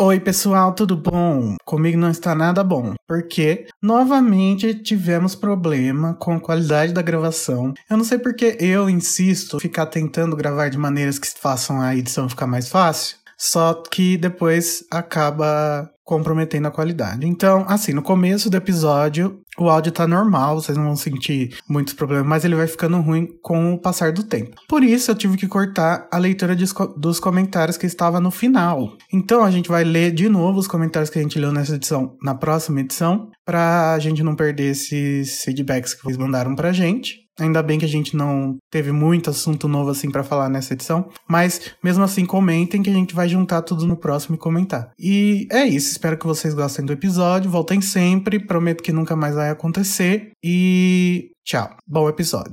Oi, pessoal, tudo bom? Comigo não está nada bom, porque novamente tivemos problema com a qualidade da gravação. Eu não sei porque eu insisto ficar tentando gravar de maneiras que façam a edição ficar mais fácil, só que depois acaba comprometendo a qualidade. Então, assim, no começo do episódio, o áudio tá normal, vocês não vão sentir muitos problemas, mas ele vai ficando ruim com o passar do tempo. Por isso, eu tive que cortar a leitura de, dos comentários que estava no final. Então, a gente vai ler de novo os comentários que a gente leu nessa edição, na próxima edição, pra gente não perder esses feedbacks que vocês mandaram pra gente. Ainda bem que a gente não teve muito assunto novo assim para falar nessa edição, mas mesmo assim comentem que a gente vai juntar tudo no próximo e comentar. E é isso, espero que vocês gostem do episódio, voltem sempre, prometo que nunca mais vai acontecer e tchau. Bom episódio.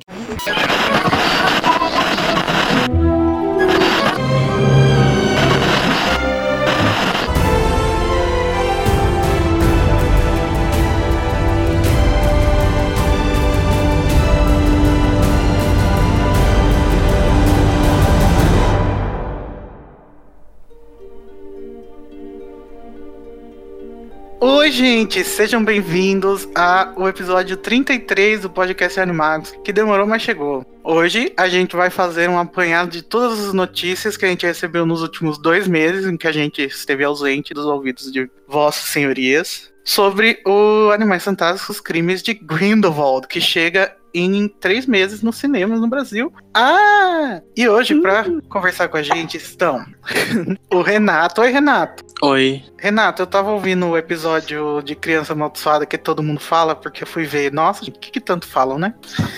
Oi, gente, sejam bem-vindos ao episódio 33 do podcast Animagos, que demorou, mas chegou. Hoje a gente vai fazer um apanhado de todas as notícias que a gente recebeu nos últimos dois meses, em que a gente esteve ausente dos ouvidos de vossas senhorias, sobre o Animais Fantásticos Crimes de Grindelwald, que chega em três meses nos cinemas no Brasil. Ah! E hoje, para conversar com a gente, estão o Renato. Oi, Renato. Oi. Renato, eu tava ouvindo o episódio de Criança Amaldiçoada que todo mundo fala, porque eu fui ver, nossa, o que, que tanto falam, né?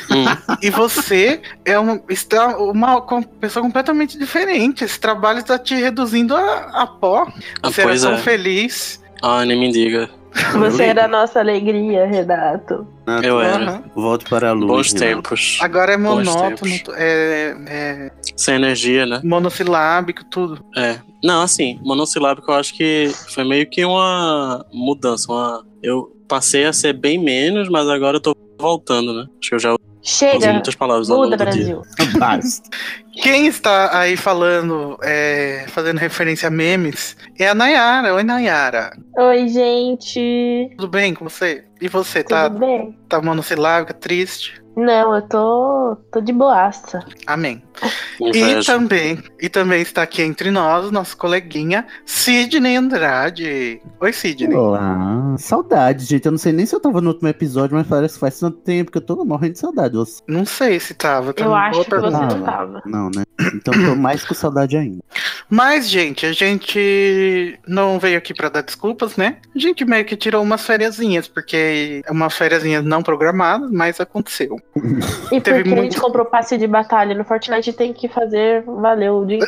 Hum. E você é uma, está uma com- pessoa completamente diferente. Esse trabalho está te reduzindo a, a pó. Ah, Você pois era tão é. feliz. Ah, nem me diga. Você era a nossa alegria, Renato. Renato, Eu era. Aham. Ah, Volto para a luz. Bons Renato. tempos. Agora é Bons monótono, tempos. é, é Sem energia, né? monossilábico, tudo. É. Não, assim, monossilábico eu acho que foi meio que uma mudança. Uma... Eu passei a ser bem menos, mas agora eu tô voltando, né? Acho que eu já usei Chega, muitas palavras ao muda, longo do dia. Brasil. Ah, Basta. Quem está aí falando, é, fazendo referência a memes, é a Nayara. Oi, Nayara. Oi, gente. Tudo bem com você? E você, tá, Tudo bem? tá monossilábica, triste? Não, eu tô, tô de boaça. Amém. E Inveja. também, e também está aqui entre nós, nosso coleguinha Sidney Andrade. Oi, Sidney. Olá. Saudade, gente. Eu não sei nem se eu tava no último episódio, mas parece que faz tanto tempo que eu tô morrendo de saudade. Você... Não sei se tava. tá Eu uma acho boa que você pergunta. não pergunta. tava. Não, né? Então eu tô mais com saudade ainda. Mas, gente, a gente não veio aqui para dar desculpas, né? A gente meio que tirou umas fériasinhas, porque é umas fériasinhas não programadas, mas aconteceu. Teve E porque a muito- gente comprou passe de batalha no Fortnite tem que fazer valeu o dinheiro.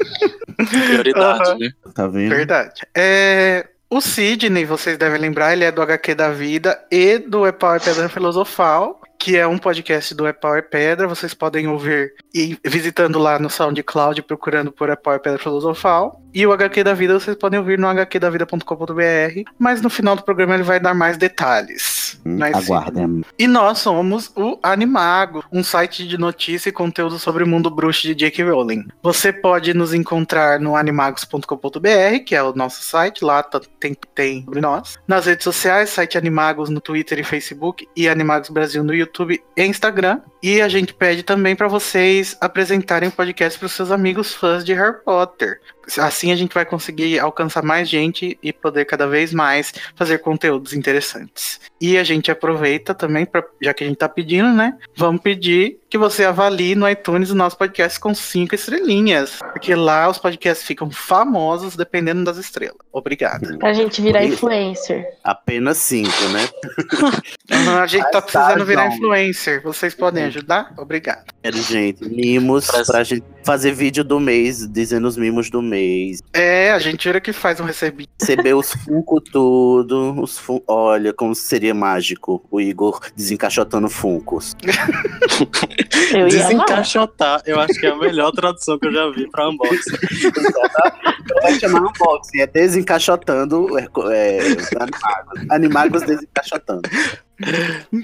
Prioridade, Aham. né? Tá vendo? Verdade. É, O Sidney, vocês devem lembrar, ele é do HQ da Vida e do É Pau é Pedra Filosofal, que é um podcast do É Pau é Pedra. Vocês podem ouvir e visitando lá no SoundCloud, procurando por É Pau é Pedra Filosofal. E o HQ da Vida vocês podem ouvir no hqdavida.com.br, mas no final do programa ele vai dar mais detalhes. Hum, Né, Sidney? Aguardem. E nós somos o Animago, um site de notícia e conteúdo sobre o mundo bruxo de Jake Rowling. Você pode nos encontrar no animagos.com.br, que é o nosso site, lá tá- tem, tem sobre nós. Nas redes sociais, site Animagos no Twitter e Facebook, e Animagos Brasil no YouTube e Instagram. E a gente pede também para vocês apresentarem o podcast para os seus amigos fãs de Harry Potter. Assim a gente vai conseguir alcançar mais gente e poder cada vez mais fazer conteúdos interessantes. E a gente aproveita também, pra, já que a gente tá pedindo, né? Vamos pedir que você avalie no iTunes o nosso podcast com cinco estrelinhas. Porque lá os podcasts ficam famosos dependendo das estrelas. Obrigado. Pra gente virar Isso. influencer. Apenas cinco, né? A gente tá Hashtag precisando virar não. influencer. Vocês podem ajudar? Obrigado. Quero, gente. Mimos Parece- pra gente fazer vídeo do mês, dizendo os mimos do mês. É, a gente jura que faz um recebido. Receber os Funko tudo. Os fun... Olha, como seria mágico o Igor desencaixotando Funcos. Eu ia amar. Desencaixotar, eu acho que é a melhor tradução que eu já vi pra unboxing. Então Vai chamar unboxing, é desencaixotando é, co- é, animagos. Animagos desencaixotando.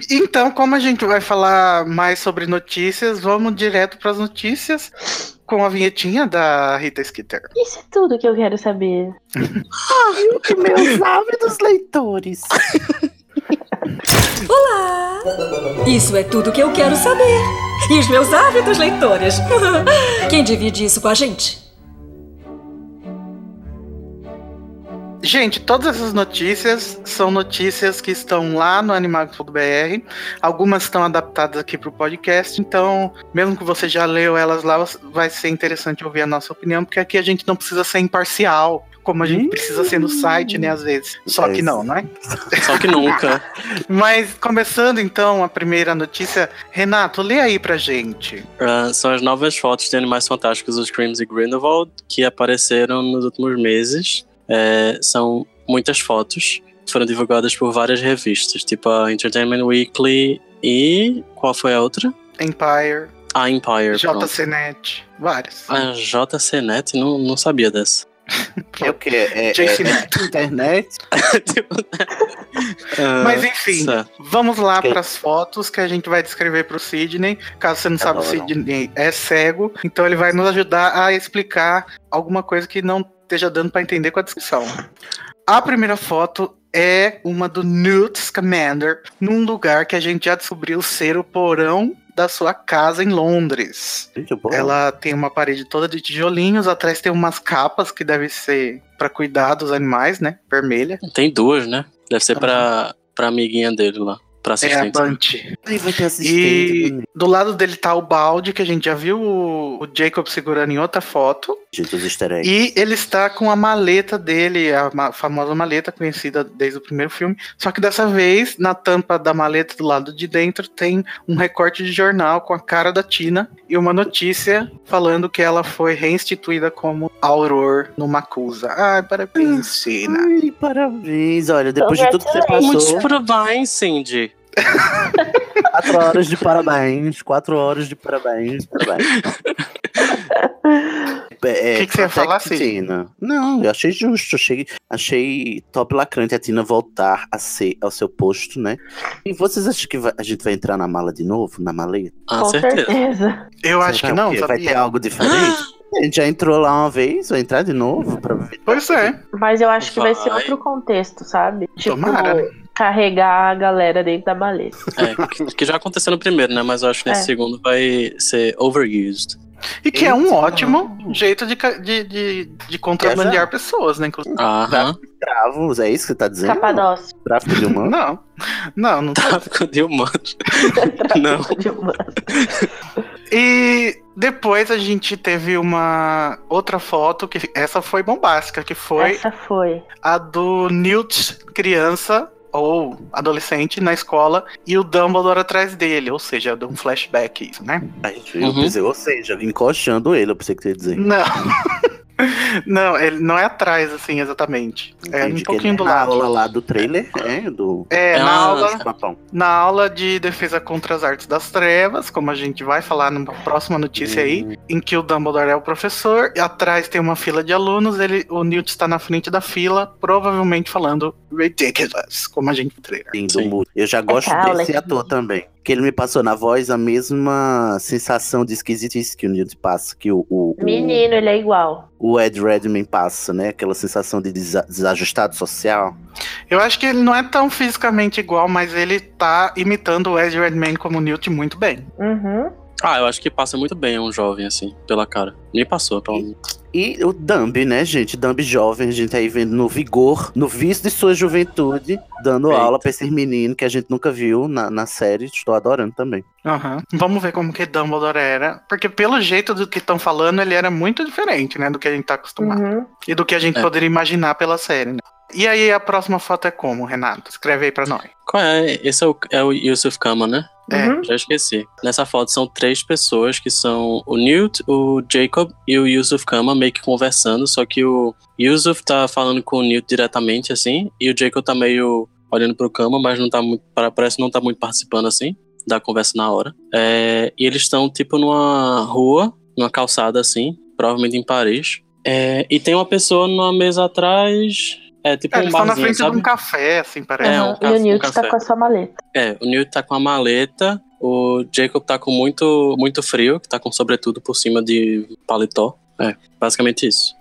Então, como a gente vai falar mais sobre notícias, vamos direto pras notícias. com a vinhetinha da Rita Skeeter. Isso é tudo que eu quero saber. E meus ávidos leitores. Olá! Isso é tudo que eu quero saber. E os meus ávidos leitores. Quem divide isso com a gente? Gente, todas essas notícias são notícias que estão lá no animagos.br. Algumas estão adaptadas aqui para o podcast, então, mesmo que você já leu elas lá, vai ser interessante ouvir a nossa opinião, porque aqui a gente não precisa ser imparcial, como a gente precisa ser no site, né, às vezes. Só que Mas- não, né? Só que nunca. Mas começando então a primeira notícia, Renato, lê aí pra gente. Ah, são as novas fotos de Animais Fantásticos, os Crimes e Grindelwald, que apareceram nos últimos meses. É, são muitas fotos. Foram divulgadas por várias revistas, tipo a Entertainment Weekly e. Qual foi a outra? Empire, A Empire. pronto. Ah, JCNet, vários. A JCNet, não, não sabia dessa. É o quê? É, é, JCNet. é internet? Ah, Mas enfim, certo. vamos lá Ok. pras fotos que a gente vai descrever pro Sidney. Caso você não saiba, o Adoro. Sidney é cego, então ele vai nos ajudar a explicar alguma coisa que não esteja dando pra entender com a descrição. A primeira foto é uma do Newt Scamander num lugar que a gente já descobriu ser o porão da sua casa em Londres. Gente, boa. Ela tem uma parede toda de tijolinhos, atrás tem umas capas que devem ser pra cuidar dos animais, né? Vermelha. Tem duas, né? Deve ser pra, pra amiguinha dele lá. Pra É a assistente. Bunty. Ai, vai ter assistente. E bonito. do lado dele tá o balde, que a gente já viu o o Jacob segurando em outra foto. Gente, os easter eggs. E ele está com a maleta dele, a ma- famosa maleta conhecida desde o primeiro filme. Só que dessa vez, na tampa da maleta do lado de dentro, tem um recorte de jornal com a cara da Tina e uma notícia falando que ela foi reinstituída como Auror no Macusa. Ai, Hum. parabéns, Tina. Ai, parabéns. Olha, depois de tudo que você Muitos passou, parabéns, Cindy. quatro horas de parabéns. Quatro horas de parabéns. Parabéns. É, Que que você ia protect falar, Cid? Tina. Não, eu achei justo, achei, achei top lacrante a Tina voltar a ser ao seu posto, né? E vocês acham que vai- a gente vai entrar na mala de novo, na maleta? Ah, Com certeza. certeza. Eu acho Será é que o não, quê? Vai ter sabia? algo diferente? A gente já entrou lá uma vez, vai entrar de novo pra ver. Pois é. Mas eu acho que vai ser Vai. outro contexto, sabe? Tipo, Tomara. carregar a galera dentro da maleta. É, que- que já aconteceu no primeiro, né? Mas eu acho que nesse É. segundo vai ser overused. E que é um Eita. ótimo jeito de, ca- de, de, de contrabandear pessoas, né? Inclusive. Aham. Escravos, é isso que você tá dizendo? Capadócio. Tráfico de humanos? Não. Não, não Tráfico de humanos. um Não. de humanos. E depois a gente teve uma outra foto, que essa foi bombástica, que foi Essa foi. a do Newt criança ou adolescente na escola e o Dumbledore atrás dele, ou seja, de um flashback, isso, né? Ai, gente, Uhum. eu pensei, ou seja, encoxando ele, eu pensei que você ia dizer. Não. não, ele não é atrás assim exatamente. É Entendi um que pouquinho ele é do na lado. aula lá do trailer, é, do É, É na uma- aula, papão. na aula de defesa contra as artes das trevas, como a gente vai falar na próxima notícia aí, em que o Dumbledore é o professor, e atrás tem uma fila de alunos, ele, o Newt está na frente da fila, provavelmente falando ridiculous, como a gente no trailer. Sim, do Sim. Moody. Eu É já gosto Essa aula desse aqui. ator também. Que ele me passou na voz a mesma sensação de esquisitice que o Newt passa, que o, o, o- Menino, ele é igual. o Ed Redman passa, né? Aquela sensação de desa- desajustado social. Eu acho que ele não é tão fisicamente igual, mas ele tá imitando o Ed Redman como Newt muito bem. Uhum. Ah, eu acho que passa muito bem um jovem, assim, pela cara. Me passou, pelo menos. E o Dumb, né, gente? Dumb jovem, a gente aí vendo no vigor, no vício de sua juventude, dando Eita. aula pra esses meninos que a gente nunca viu na, na série. Estou adorando também. Aham. Vamos ver como que Dumbledore era, porque pelo jeito do que estão falando, ele era muito diferente, né, do que a gente tá acostumado. Uhum. E do que a gente É. poderia imaginar pela série, né? E aí a próxima foto é como, Renato? Escreve aí pra nós. Qual é? Esse é o, é o Yusuf Kama, né? É. Uhum. Já esqueci. Nessa foto são três pessoas que são o Newt, o Jacob e o Yusuf Kama meio que conversando, só que o Yusuf tá falando com o Newt diretamente, assim, e o Jacob tá meio olhando pro Kama, mas não tá muito. para- Parece que não tá muito participando assim da conversa na hora. É, e eles estão, tipo, numa rua, numa calçada assim, provavelmente em Paris. É, e tem uma pessoa numa mesa atrás. É tipo É, um eles estão na barzinho, frente de sabe? um café, assim, parece. É, um Uhum. café- e um o Newt café. tá com a sua maleta. É, o Newt tá com a maleta O Jacob tá com muito, muito frio, que tá com sobretudo por cima de paletó. É, basicamente isso.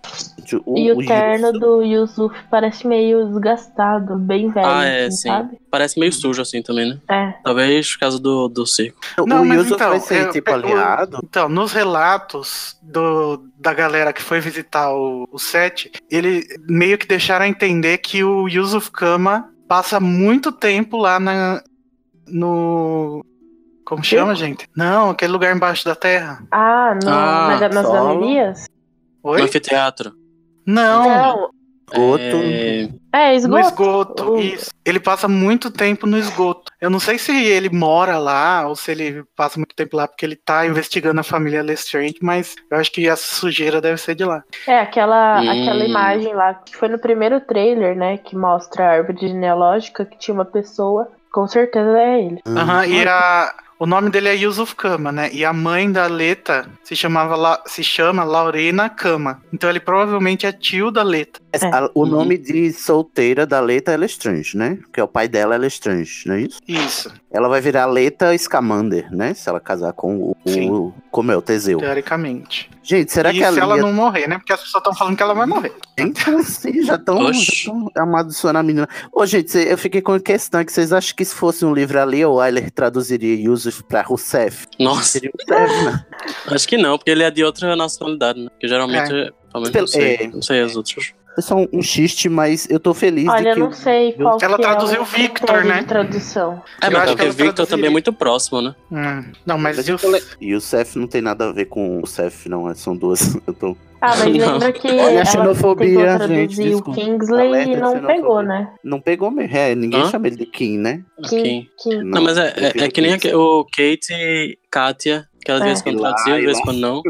E o, terno Yusuf- do Yusuf parece meio desgastado, bem velho, ah, é, assim, sim. sabe? Parece meio sujo assim também, né? É. Talvez por causa do, do circo. Não, o mas Yusuf então, vai ser eu- tipo eu- aliado. Então, nos relatos do, da galera que foi visitar o, o set, ele meio que deixaram a entender que o Yusuf Kama passa muito tempo lá na, no. Como chama, gente? Não, aquele lugar embaixo da terra. Ah, não. Ah, mas é nas só- galerias? No Oi? anfiteatro. Não, Goto. É, É, esgoto. no esgoto. O- Isso. Ele passa muito tempo no esgoto. Eu não sei se ele mora lá ou se ele passa muito tempo lá porque ele tá investigando a família Lestrange, mas eu acho que essa sujeira deve ser de lá. É, aquela, Hum. aquela imagem lá que foi no primeiro trailer, né? Que mostra a árvore genealógica que tinha uma pessoa. Com certeza é ele. Uhum. Aham, e a- o nome dele é Yusuf Kama, né? E a mãe da Leta se chamava La- se chama Laurena Kama. Então ele provavelmente é tio da Leta. É. A- Uhum. o nome de solteira da Leta é Lestrange, né? Porque o pai dela é Lestrange, não é isso? Isso, Ela vai virar Leta Scamander, né? Se ela casar com o, Sim. o como é o Teseu. teoricamente. Gente, será e que a se ela Lia não morrer, né? Porque as pessoas estão falando que ela vai morrer. Então, sim, já estão Oxi. amaldiçoando a menina. Ô, gente, cê- eu fiquei com a questão que vocês acham que se fosse um livro ali, o Weiler traduziria Yusuf pra Rousseff? nossa, Seria um Sevna. acho que não, porque ele é de outra nacionalidade, né? Que geralmente. pelo menos não sei, É. não sei as outras. É só um, um xiste, mas eu tô feliz Olha, de eu que... não sei qual Ela que traduziu é o Victor, critério né? de tradução. É, Eu mas acho que porque ela Victor também traduziria. é muito próximo, né? Hum, Não, mas, Mas eu Yusuf. tô le- Yusuf não tem nada a ver com Rousseff, não. é- São duas. Eu tô... Ah, mas Não. lembra que Olha a ela xenofobia, tentou gente, traduzir o desculpa. Kingsley Alerta e de não xenofobia. pegou, né? Não pegou mesmo. É, ninguém Hã? chama ele de Kim, né? Aqui. King. né, Não, mas é, é- é que nem aquele. aque- o Kate e Katia, que ela de É. vez em quando Lá, traduziu, de vez lá. em quando não.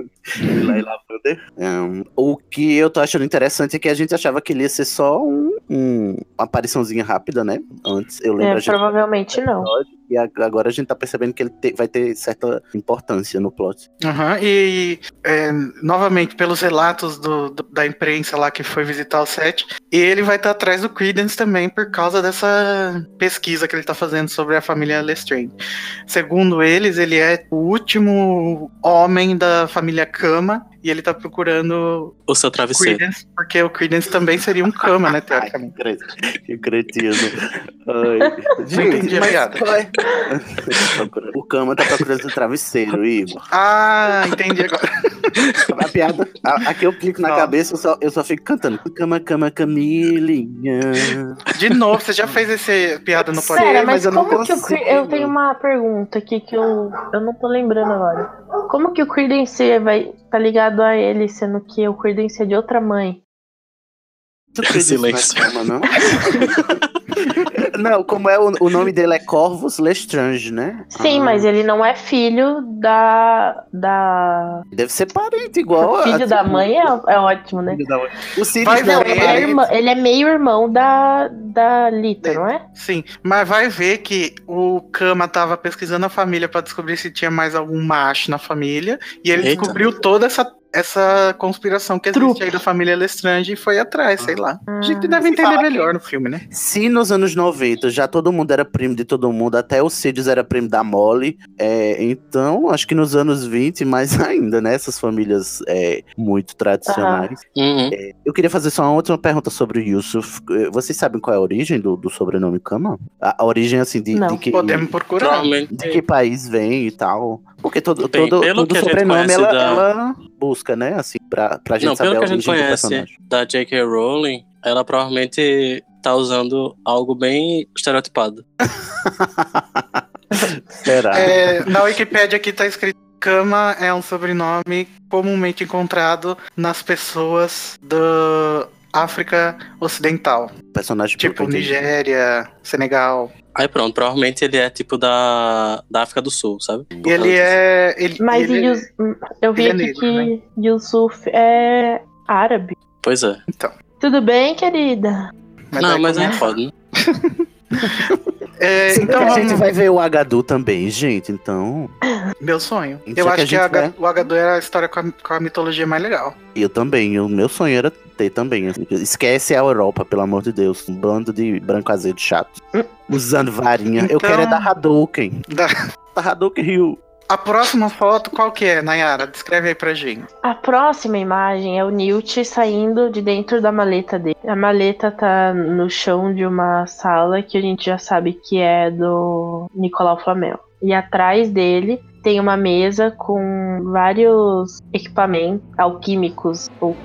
Um, o que eu tô achando interessante é que a gente achava que ele ia ser só um, um- uma apariçãozinha rápida, né? Antes, eu lembro a É, gente provavelmente não. E a- agora a gente tá percebendo que ele te- vai ter certa importância no plot. Aham, e é, novamente, pelos relatos do- do- da imprensa lá que foi visitar o set, ele vai estar atrás do Credence também por causa dessa pesquisa que ele tá fazendo sobre a família Lestrange. Segundo eles, ele é o último homem da família Kama e ele tá procurando O seu o travesseiro. Credence, porque o Credence também seria um Kama, né, teoricamente. Cre- Que cretino. Ai. entendi a piada. qual é? o Kama tá procurando o travesseiro, Igor. Ah, entendi agora. A piada. a- aqui eu clico na Não. cabeça, eu só, eu só fico cantando. Cama, cama, Camilinha. De novo, você já fez essa piada no Sério, podcast? Pera, mas, mas eu não como que o Cre- consigo. Eu tenho uma pergunta aqui que eu, eu não tô lembrando agora. Como que o Credence vai tá ligado a ele, sendo que o Credence é de outra mãe? Tu fez isso na Silêncio. cama, não? não, como é o, o nome dele é Corvus Lestrange, né? Sim, Ah, mas ele não é filho da. da... Deve ser parente igual. a- filho da mãe é, é ótimo, né? Filho da mãe. O Sirius Vai ver Não, não, o ele é é, parente. irmã- ele é meio irmão da, da Lita, não é? Sim, mas vai ver que o Kama tava pesquisando a família pra descobrir se tinha mais algum macho na família. E ele Eita. descobriu toda essa, essa conspiração que existe Trupe. aí da família Lestrange e foi atrás, sei lá. Ah. A gente deve Se entender falar melhor no filme, né? Se nos anos 90 já todo mundo era primo de todo mundo, até o Sirius era primo da Molly, é, então acho que nos anos 20, mais ainda, né? Essas famílias é, muito tradicionais. Uhum. Eu queria fazer só uma última pergunta sobre o Yusuf. Eh, Vocês sabem qual é a origem do, do sobrenome Kama? A, a origem, assim, de, Não. de que, Podemos procurar. Provavelmente. de que país vem e tal? Porque todo, Bem, todo, pelo todo que a gente sobrenome conhece ela, da- ela busca, né? Assim, pra, pra gente Não, saber pelo a que a origem gente do conhece personagem. da J.K. Rowling, ela provavelmente tá usando algo bem estereotipado. Será? É, na Wikipédia aqui tá escrito. Kama é um sobrenome comumente encontrado nas pessoas da África Ocidental, personagem tipo propriamente- Nigéria, Senegal. Aí pronto, provavelmente ele é tipo da, da África do Sul, sabe? Então, E ele é. Ele, Mas ele- e Yus- eu vi ele é aqui negro, que Yusuf é árabe. Pois é. Tudo bem, querida? não, aí é mas é aí começa- é foda, né? É, Sim, então, a gente vamos- vai ver o Agadu também, gente. Então, meu sonho. Só Eu que a acho que, gente a H- vai- o H2 era a história com a, com a mitologia mais legal. eu também. O meu sonho era ter também. assim, Esquece a Europa, pelo amor de Deus. Um bando de branco azedo chato. Usando varinha. Eu Então- quero é da Hadouken. Da- Da Hadouken Ryu. A próxima foto, qual que é, Nayara? Descreve aí pra gente. A próxima imagem é o Newt saindo de dentro da maleta dele. A maleta tá no chão de uma sala que a gente já sabe que é do Nicolau Flamel. E atrás dele tem uma mesa com vários equipamentos alquímicos. Ou...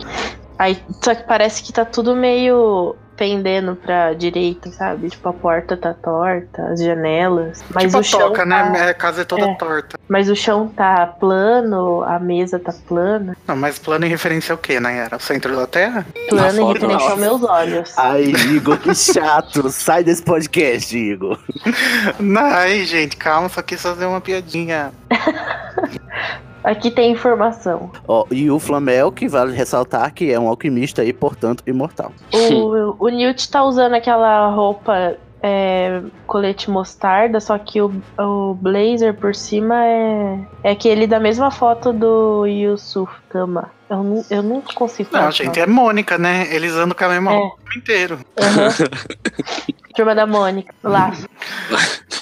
Aí, só que parece que tá tudo meio pendendo pra direita, sabe? Tipo, a porta tá torta, as janelas. Mas tipo o a chão toca, tá- né? A casa é toda É. torta. Mas o chão tá plano, a mesa tá plana. Não, mas plano em referência ao quê, Nayara? O centro da Terra? Plano em foto, referência aos meus olhos. Ai, Igor, que chato. Sai desse podcast, Igor. Não, ai, gente, calma, só quis fazer uma piadinha. Aqui tem informação. Ó, e o Flamel, que vale ressaltar que é um alquimista e, portanto, imortal. O, o Newt tá usando aquela roupa é, colete mostarda, só que o, o blazer por cima é, é aquele da mesma foto do Yusuf Kama. Eu, nu- eu nunca consigo Não, falar o gente, nome. é Mônica, né? Eles andam com a mesma Ah, tá. É. roupa o tempo inteiro. Aham. Turma da Mônica, lá.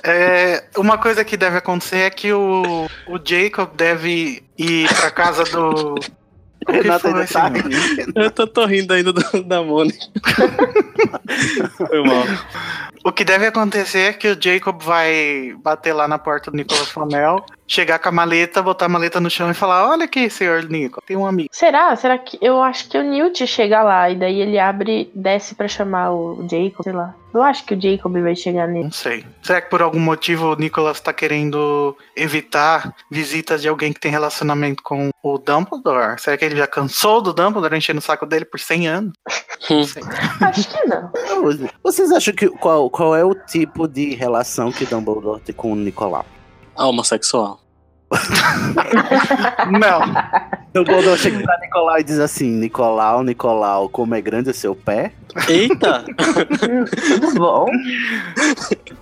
É, uma coisa que deve acontecer é que o, o Jacob deve ir pra casa do. O que Renata foi, ainda tá senhor? aí. Eu tô, tô rindo ainda do- da Mônica. Foi mal. O que deve acontecer é que o Jacob vai bater lá na porta do Nicolas Flamel, chegar com a maleta, botar a maleta no chão e falar: Olha aqui, senhor Nico, tem um amigo. Será? Será que. Eu acho que o Newt chega lá e daí ele abre, desce pra chamar o Jacob, sei lá. Eu acho que o Jacob vai chegar nele. Não sei. Será que por algum motivo o Nicolas tá querendo evitar visitas de alguém que tem relacionamento com o Dumbledore? Será que ele já cansou do Dumbledore enchendo o saco dele por 100 anos? Não sei. Acho que não. é Vocês acham que qual, qual é o tipo de relação que Dumbledore tem com o Nicolau? Ah, homossexual. Não. Dumbledore chega pra Nicolau e diz assim: Nicolau, Nicolau, como é grande o seu pé? Eita! Tudo bom.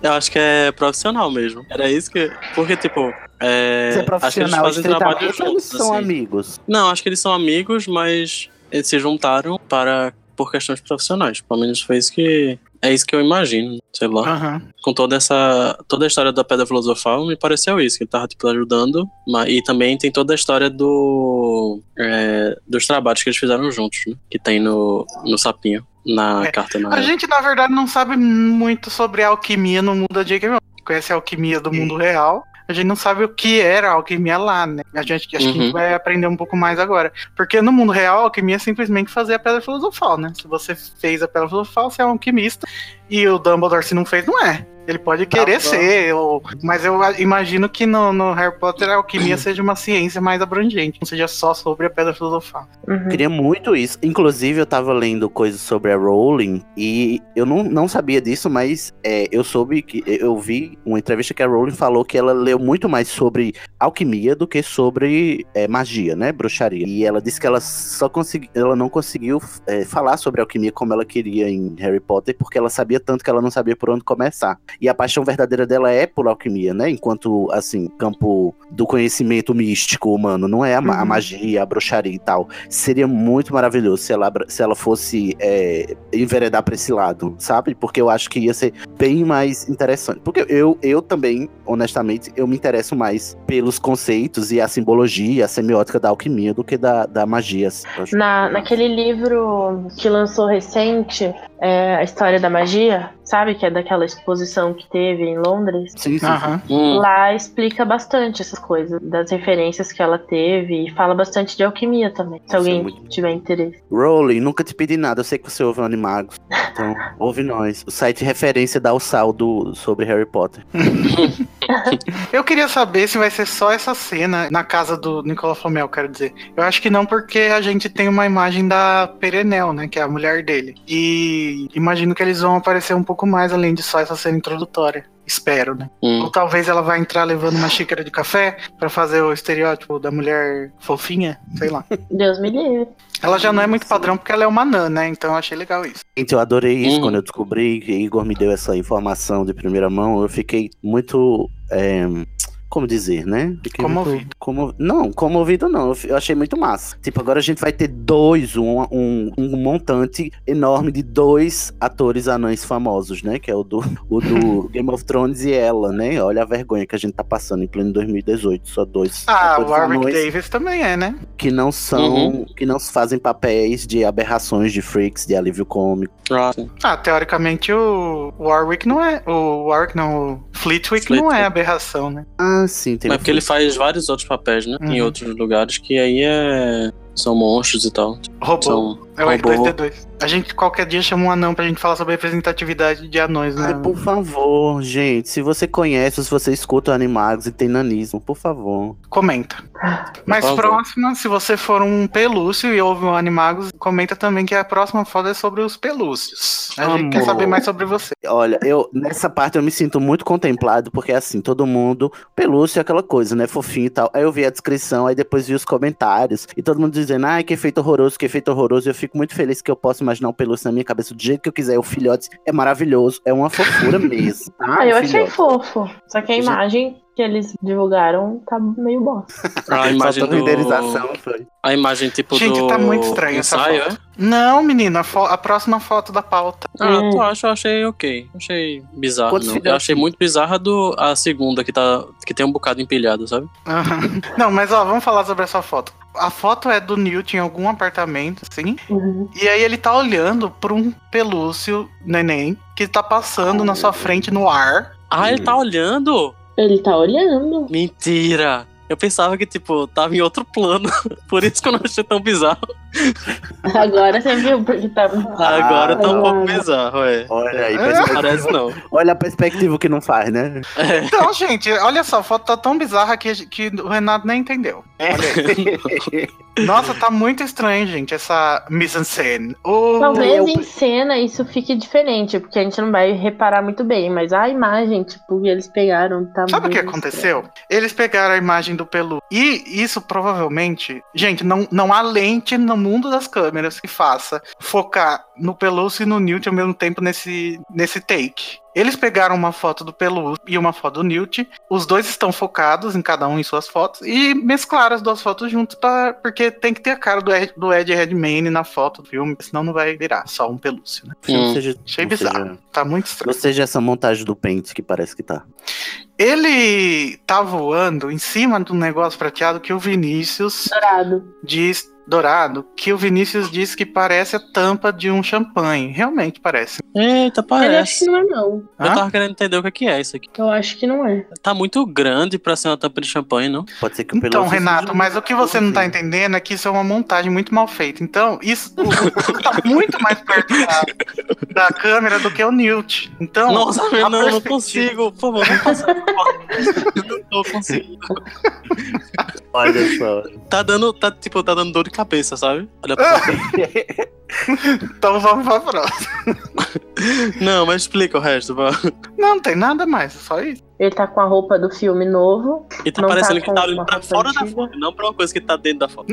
Eu acho que é profissional mesmo. Era isso que. Porque, tipo. É, Você é acho que eles profissional fazem trabalho estritamente é um ou eles juntos. são assim. amigos? Não, acho que eles são amigos, mas eles se juntaram para por questões profissionais. Pelo menos foi isso que. É isso que eu imagino, sei lá. Aham. Com toda essa. Toda a história da Pedra Filosofal, me pareceu isso, que ele tava, tipo, ajudando. Mas, e também tem toda a história do. é, dos trabalhos que eles fizeram juntos, né? Que tem no, no Sapinho, na É. carta na. A gente, na verdade, não sabe muito sobre a alquimia no mundo da J.K. Rowling. Conhece a alquimia do mundo real. A gente não sabe o que era a alquimia lá, né? A gente acho que a gente Uhum. vai aprender um pouco mais agora. Porque no mundo real, a alquimia é simplesmente fazer a pedra filosofal, né? Se você fez a pedra filosofal, você é um alquimista. E o Dumbledore, se não fez, não é. Ele pode querer bom. ser, ou... mas eu a- imagino que no, no Harry Potter a alquimia seja uma ciência mais abrangente, não seja só sobre a pedra filosofal. Uhum. Queria muito isso. Inclusive, eu tava lendo coisas sobre a Rowling e eu não, não sabia disso, mas é, eu soube que. Eu vi uma entrevista que a Rowling falou que ela leu muito mais sobre alquimia do que sobre é, magia, né? Bruxaria. E ela disse que ela só conseguiu. Ela não conseguiu é, falar sobre alquimia como ela queria em Harry Potter, porque ela sabia tanto que ela não sabia por onde começar. E a paixão verdadeira dela é por alquimia, né? Enquanto, assim, campo do conhecimento místico humano, não é a, ma- a Uhum. magia, a bruxaria e tal. Seria muito maravilhoso se ela, abra- se ela fosse é, enveredar pra esse lado, sabe? Porque eu acho que ia ser bem mais interessante. Porque eu, eu também, honestamente, eu me interesso mais pelos conceitos e a simbologia, a semiótica da alquimia do que da, da magia. assim, Eu acho- Na, naquele livro que lançou recente, é, A História da Magia, sabe? Que é daquela exposição que teve em Londres. Sim, sim, sim. Aham. Hum, Lá explica bastante essas coisas, das referências que ela teve, e fala bastante de alquimia também, se Isso é alguém muito- tiver interesse. Rowling, nunca te pedi nada, eu sei que você ouve o Animagos. Então, ouve nós. O site referência dá o sal do, sobre Harry Potter. Eu queria saber se vai ser só essa cena na casa do Nicolau Flamel, quero dizer. Eu acho que não, porque a gente tem uma imagem da Perenel, né? Que é a mulher dele. E imagino que eles vão aparecer um pouco mais além de só essa cena introdutória. Espero, né? Ou Hum. talvez ela vai entrar levando uma xícara de café pra fazer o estereótipo da mulher fofinha, sei lá. Deus me livre. Ela já não é muito padrão porque ela é uma anã, né? Então eu achei legal isso. Gente, eu adorei isso Hum. quando eu descobri que Igor me deu essa informação de primeira mão. Eu fiquei muito. é, como dizer, né? Fiquei Comovido. muito Como, não, comovido não. Eu fi- Eu achei muito massa. Tipo, agora a gente vai ter dois, um, um, um montante enorme de dois atores anões famosos, né? Que é o do, o do Game of Thrones e ela, né? Olha a vergonha que a gente tá passando em pleno 2018. Só dois Ah, o atores Warwick anões Davis também é, né? que não são. Uhum. que não fazem papéis de aberrações, de freaks, de alívio cômico. Ah, sim. Ah, teoricamente o Warwick não é. O Warwick não, o Flitwick, não é Flitwick. aberração, né? Ah, sim, tem. Mas porque ele faz vários outros papéis, né? Em Uhum. outros lugares, que aí é... são monstros e tal. Então, Robô. São... é o robô. R2D2. A gente qualquer dia chama um anão pra gente falar sobre a representatividade de anões, né? Ai, por favor, gente, se você conhece, ou se você escuta animados e tem nanismo, por favor. Comenta. Mais favor. próxima, se você for um pelúcio e ouve um Animagos, comenta também que a próxima foto é sobre os pelúcios. A gente Amor. quer saber mais sobre você. Olha, eu nessa parte eu me sinto muito contemplado, porque assim, todo mundo, pelúcio é aquela coisa, né? Fofinho e tal. Aí eu vi a descrição, aí depois vi os comentários, e todo mundo dizendo, ai, que efeito horroroso, que efeito horroroso. E eu fico muito feliz que eu posso imaginar um pelúcio na minha cabeça do jeito que eu quiser. O filhote é maravilhoso, é uma fofura mesmo. Tá? Ah, eu O achei filhote. fofo. Só que a imagem que eles divulgaram tá meio bosta. Ah, A imagem Faltou do... renderização, foi. A imagem tipo Gente, do... tá muito estranha essa ensaio, foto. é? Não, menina, a, fo- a próxima foto da pauta. Ah, É. tu acha? Eu achei ok. Achei bizarro, Quantos não. Eu filhotes? achei muito bizarra a do... a segunda, que, tá... que tem um bocado empilhado, sabe? Aham. Não, mas ó, vamos falar sobre essa foto. A foto é do Newt em algum apartamento, assim, Uhum. e aí ele tá olhando pra um pelúcio neném que tá passando na sua frente no ar. Ah, ele tá Uhum. olhando? Ele tá olhando. Mentira! Eu pensava que, tipo, tava em outro plano. Por isso que eu não achei tão bizarro. Agora você viu porque tá. Agora tá um Ah. pouco bizarro, é. Olha aí, É. perspe- Parece não. olha a perspectiva que não faz, né? É. Então, gente, olha só, a foto tá tão bizarra que, que o Renato nem entendeu. Nossa, tá muito estranho, gente, essa mise en scène. O- Talvez É, eu- em cena isso fique diferente, porque a gente não vai reparar muito bem, mas a imagem, tipo, que eles pegaram tá Sabe o que muito- aconteceu? Eles pegaram a imagem do Pelu. E isso provavelmente. Gente, não, não há lente no mundo das câmeras que faça focar no Pelúcio e no Newt ao mesmo tempo nesse, nesse take. Eles pegaram uma foto do Pelúcio e uma foto do Newt. Os dois estão focados em cada um em suas fotos. E mesclaram as duas fotos juntas, pra, porque tem que ter a cara do Ed, do Ed Redmayne na foto do filme, senão não vai virar só um Pelúcio, né? Ou seja, Achei ou seja, bizarro. Tá muito estranho. Ou seja, essa montagem do pente que parece que tá. Ele tá voando em cima de um negócio prateado que o Vinícius Dourado. diz. Dourado, que o Vinícius diz que parece a tampa de um champanhe. Realmente parece. Eita, Mas eu acho parece. que não é, não. Eu tava querendo entender o que que é isso aqui. Eu acho que não é. Tá muito grande pra ser uma tampa de champanhe, não? Pode ser que o Então, Peloso seja Renato, um- mas o que você não tá Sim. entendendo é que isso é uma montagem muito mal feita. Então, isso o, o tá muito mais perto da, da câmera do que o Newt. Então, Nossa, a Renan, eu não perspectiva- consigo. Por favor, não passa. Eu não tô conseguindo. Olha só. Tá dando, tá, tipo, tá dando dor de cabeça, sabe? Olha pra mim. Então vamos pra próxima. Não, mas explica o resto. vá. Não, não tem nada mais, é só isso. Ele tá com a roupa do filme novo. E tá Não tá parecendo que com tá uma olhando pra roupa fora da antiga. foto, não pra uma coisa que tá dentro da foto.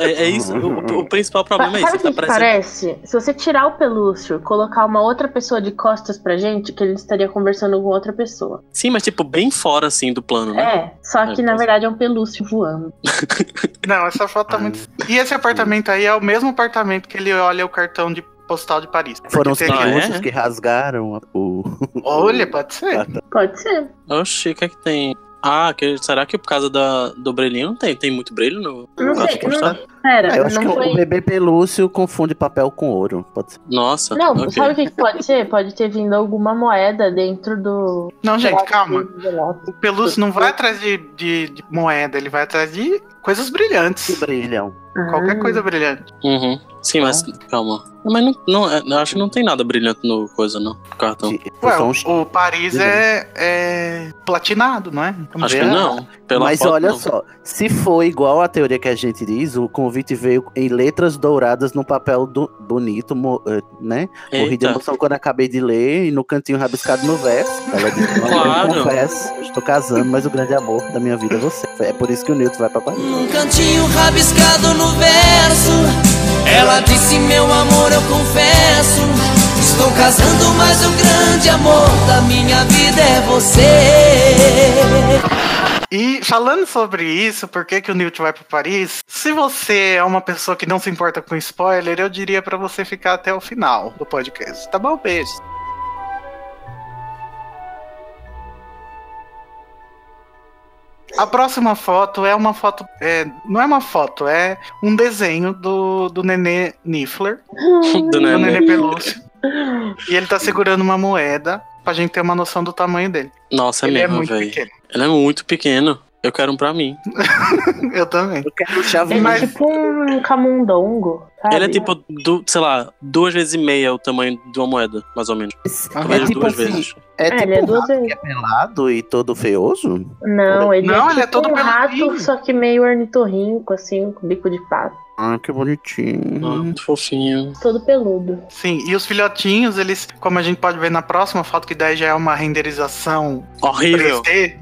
É, é isso, o, o principal Sabe problema é o isso. que Tá que parecendo. parece? Se você tirar o pelúcio e colocar uma outra pessoa de costas pra gente, que ele estaria conversando com outra pessoa. Sim, mas tipo, bem fora assim do plano, né? É, só que É, na pois- verdade é um pelúcio voando. Não, essa foto tá muito. E esse apartamento aí é o mesmo apartamento que ele olha o cartão de postal de Paris. Foram os Porque tem aquele- russos Ah, é? que rasgaram a- o. Olha, pode ser. Pode ser. Oxi, o que é que tem? Ah, que, será que por causa da, do brilhinho não tem? Tem muito brilho no. Não no sei, cartão não- postal? Pera, Ah, eu acho É, não que foi. o bebê pelúcio confunde papel com ouro. Pode ser. Nossa. Não, ok. sabe o que que pode ser? Pode ter vindo alguma moeda dentro do. Não, gente, calma. do envelope. O Pelúcio não vai atrás de, de- de moeda, ele vai atrás de coisas Que brilhantes. brilham. Qualquer Ah. coisa brilhante. Uhum. Sim, mas Então- calma. Mas não, não, é- eu acho que não tem nada brilhante no coisa, não. no Cartão. Que- Ué, um são o, uns- o Paris é, é platinado, não é? Vamos Acho que ver. não. Pela Mas foto, olha não. só, se for igual à teoria que a gente diz, o, com- convite veio em letras douradas no papel do, bonito, mo- eh, né? Morri de Eita. emoção quando acabei de ler e no cantinho rabiscado no verso. Ela disse: "Não, Claro. Eu confesso, eu estou casando, mas o grande amor da minha vida é você. É por isso que o Newton vai pra Paris. Num cantinho rabiscado no verso Ela disse, meu amor, eu confesso Estou casando, mas o grande amor da minha vida é você E falando sobre isso, por que, que o Newt vai para Paris? Se você é uma pessoa que não se importa com spoiler, eu diria para você ficar até o final do podcast. Tá bom? Beijo. A próxima foto é uma foto. é, não é uma foto, é um desenho do, do Nenê Niffler, Do do Nenê. Nenê Pelúcio. E ele tá segurando uma moeda pra gente ter uma noção do tamanho dele. Nossa, é ele é mesmo, muito velho. pequeno. Ele é muito pequeno. Eu quero um pra mim. Eu também. Eu quero chave Ele Mas- é tipo um camundongo, sabe? Ele é tipo, du- sei lá, duas vezes e meia o tamanho de uma moeda, mais ou menos. Aham. Mais É tipo duas assim, vezes. É É, ele é tipo um duas rato que vezes. é pelado e todo feioso? Não, ele Não, é ele é tipo todo um peludinho. rato, só que meio ornitorrinco, assim, com bico de pato. Ah, que bonitinho. Ah, Muito fofinho. Todo peludo. Sim, e os filhotinhos, eles, como a gente pode ver na próxima foto, que daí já é uma renderização Horrível. 3D,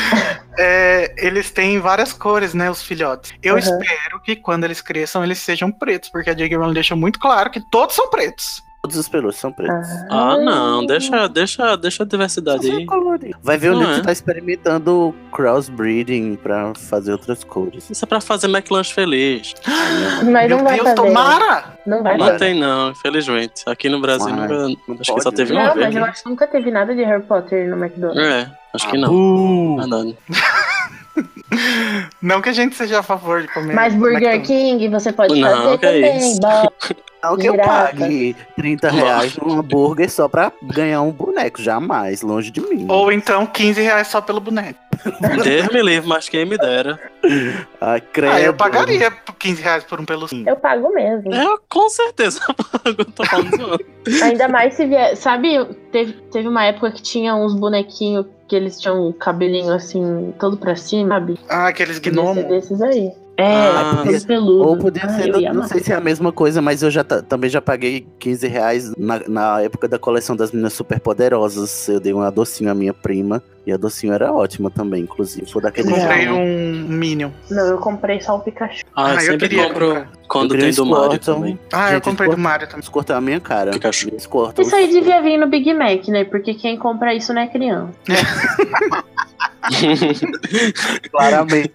é, eles têm várias cores, né, os filhotes. Eu Uhum. espero que quando eles cresçam, eles sejam pretos, porque a J.K. Rowling deixa muito claro que todos são pretos. Todos os pelos são pretos. Ah, não. Deixa, deixa, deixa a diversidade Só aí. colorido. Vai ver o Não Newton é? tá experimentando crossbreeding pra fazer outras cores. Isso é pra fazer McLanche feliz. Mas Meu não vai Deus, fazer. tomara! Não vai Não fazer. tem, não, infelizmente. Aqui no Brasil É Uai. nunca. Não Acho que só pode, teve né? uma Não, vez. mas eu né? acho que nunca teve nada de Harry Potter no McDonald's. É, acho que não. Uh, Verdade. Não que a gente seja a favor de comer. é Mas Burger McDonald's. King você pode Não, fazer que é também, isso. bota. Não que eu Pirata. pague 30 reais num hambúrguer só pra ganhar um boneco. Jamais, longe de mim. Ou então 15 reais só pelo boneco. Deus me livre, mas quem me dera. Ai, credo. ah, eu pagaria 15 reais por um pelucinho. Eu pago mesmo. Eu É, com certeza pago, tô falando zoando. Ainda mais se vier. Sabe, teve, teve uma época que tinha uns bonequinhos que eles tinham o cabelinho assim, todo pra cima, sabe? Ah, aqueles Podia ser gnomos. desses aí. É, Ah, todo podia- peludo. Ou podia Ah, ser, eu não, ia não amar. sei se é a mesma coisa, mas eu já ta- também já paguei 15 reais na, na época da coleção das meninas superpoderosas. Eu dei uma docinho à minha prima e a docinho era ótima também, inclusive. Foi Eu daquele comprei jeito. um Minion. Não, eu comprei só o Pikachu. Ah, eu Ah, eu sempre queria compro comprar. quando Eu queria tem do Mario Squirtle. também. Ah, eu Gente, comprei do escuta. Mario também. Eles cortaram a minha cara. Pikachu. Eles cortam. Isso aí devia vir no Big Mac, né? Porque quem compra isso não é criança. Claramente.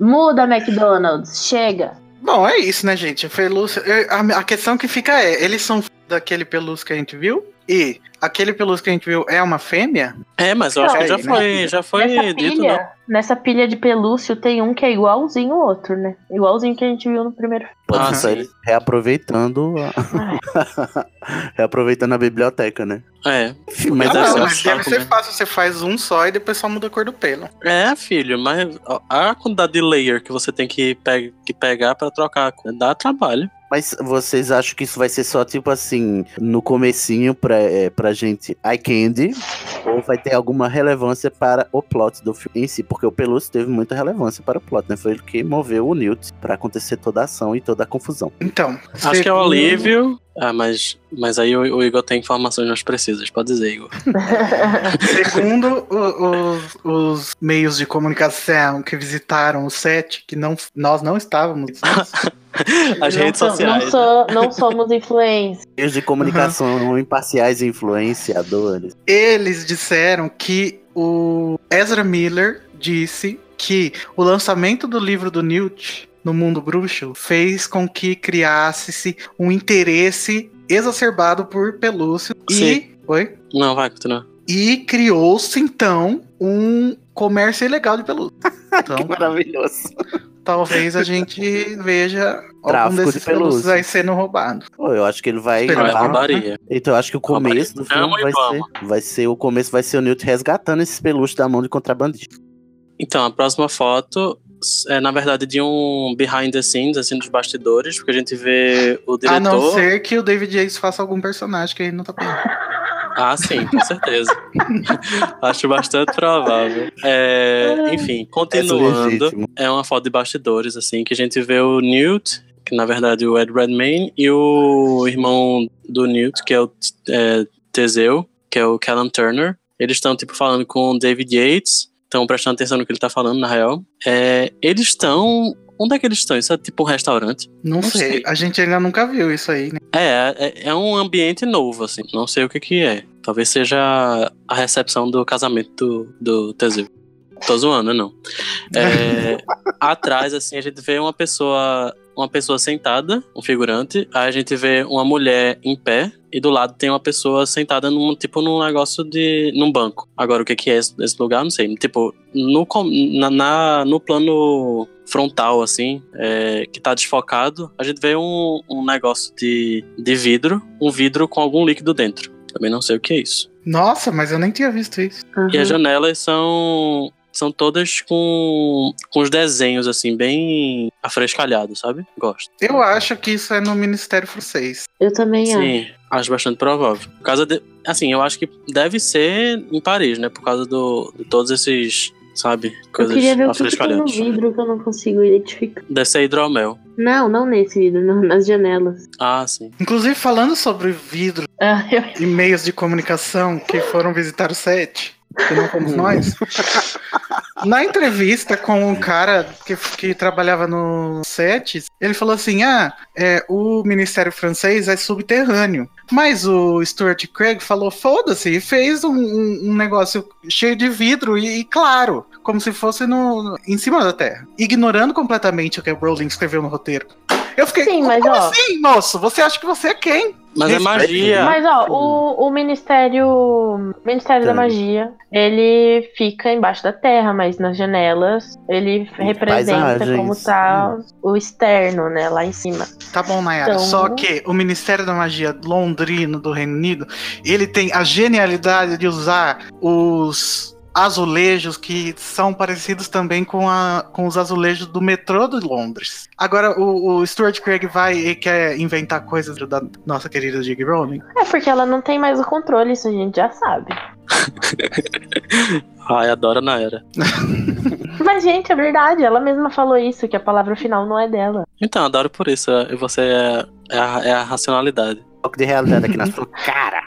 Muda, McDonald's, chega. Bom, é isso, né, gente? Pelúcia. eu- A, a questão que fica é: eles são f- daquele pelúcio que a gente viu? E aquele pelúcio que a gente viu é uma fêmea? É, mas eu acho que Aí, já né? foi, já foi nessa, dito, pilha, né? nessa pilha de pelúcio tem um que é igualzinho o outro, né? Igualzinho que a gente viu no primeiro Pode Ah, ser só sim. eles reaproveitando a... Ah. reaproveitando a biblioteca, né? É. Enfim, mas assim. Ah, Ah, deve não, ser um mas deve saco, ser né? fácil. Você faz um só e depois só muda a cor do pelo. É, filho, mas a a quantidade de layer que você tem que, pe- que pegar pra trocar dá trabalho. Mas vocês acham que isso vai ser só, tipo assim, no comecinho pra, é, pra gente eye candy? Ou vai ter alguma relevância para o plot do filme em si? Porque o Pelúcio teve muita relevância para o plot, né? Foi ele que moveu o Newt pra acontecer toda a ação e toda a confusão. Então. Acho que é o segundo- alívio. Ah, mas, mas aí o, o Igor tem informações mais precisas. Pode dizer, Igor. Segundo o- os, os meios de comunicação que visitaram o set, que não, nós não estávamos. né? As não redes so- sociais. Não, sou, é- não somos influencers. Meios de comunicação imparciais e influenciadores. Eles disseram que o Ezra Miller disse que o lançamento do livro do Newt no mundo bruxo fez com que criasse-se um interesse exacerbado por Pelúcio e Sim. Oi? Não, vai, continua. e criou-se então um comércio ilegal de pelúcio. Então, Maravilhoso. talvez a gente veja algum Tráfico de desses pelúcios pelúcia. aí sendo roubado. Pô, eu acho que ele vai. Não, Não, é não. barbaria. Então eu acho que o começo do filme Amo e vai vamos. ser, vai ser. O começo vai ser o Newt resgatando esses peluches da mão de contrabandista. Então, a próxima foto é, na verdade, de um behind the scenes, assim, dos bastidores, porque a gente vê o A Ah, não diretor. ser que o David Yates faça algum personagem que ele não tá com. Ah, sim, com certeza. Acho bastante provável. É, enfim, continuando, legítimo. é uma foto de bastidores, assim, que a gente vê o Newt, que na verdade é o Ed Redmayne, e o irmão do Newt, que é o é, Teseu, que é o Callum Turner. Eles estão, tipo, falando com o David Yates, estão prestando atenção no que ele tá falando, na real. É, eles estão... Onde é que eles estão? Isso é tipo um restaurante? Não, sei. sei. a gente ainda nunca viu isso aí, né? É, é, é um ambiente novo, assim. Não sei o que que é. Talvez seja a recepção do casamento do, do Teseu. Tô zoando, não. É, atrás, assim, a gente vê uma pessoa, uma pessoa sentada, um figurante. Aí a gente vê uma mulher em pé. E do lado tem uma pessoa sentada num tipo num negócio de. num banco. Agora, o que, que é esse, esse lugar? Não sei. Tipo, no, com- na, na- no plano frontal, assim, é, que tá desfocado, a gente vê um, um negócio de, de vidro, um vidro com algum líquido dentro. Também não sei o que é isso. Nossa, mas eu nem tinha visto isso. E as janelas são são todas com, com os desenhos assim bem afrescalhados, sabe? Gosto. Eu acho que isso é no Ministério Francês. Eu também acho. Sim, acho bastante provável. Por causa de, assim, eu acho que deve ser em Paris, né? Por causa do de todos esses, sabe, Eu coisas queria ver o que que tem no né? afrescalhadas. vidro que eu não consigo identificar. Deve ser hidromel. Não, não nesse vidro, não, nas janelas. Ah, sim. Inclusive, falando sobre vidro Ah, eu- e meios de comunicação que foram visitar o set, que não fomos nós. Na entrevista com um cara que, que trabalhava no set, ele falou assim: ah, é, o Ministério Francês é subterrâneo. Mas o Stuart Craig falou: foda-se, e fez um, um- um negócio cheio de vidro e, e claro, como se fosse no, em cima da terra, ignorando completamente o que o Rowling escreveu no roteiro. Eu fiquei. Sim, mas, como ó- assim, moço? Você acha que você é quem? Mas é Respeito, magia. Mas ó, o, o Ministério. o Ministério da Tá. Magia, ele fica embaixo da terra, mas nas janelas ele representa paisagens. como tá o externo, né? Lá em cima. Tá bom, Nayara. Então- Só que o Ministério da Magia londrino do Reino Unido, ele tem a genialidade de usar os azulejos que são parecidos também com, a, com os azulejos do metrô de Londres. Agora, o, o Stuart Craig vai e quer inventar coisas da nossa querida J.K. Rowling. É porque ela não tem mais o controle, isso a gente já sabe. Ai, adora na era. Mas, gente, é verdade, ela mesma falou isso, que a palavra final não é dela. Então, adoro por isso. é- Você é, é, a, é a racionalidade. Toque de realidade aqui na sua cara.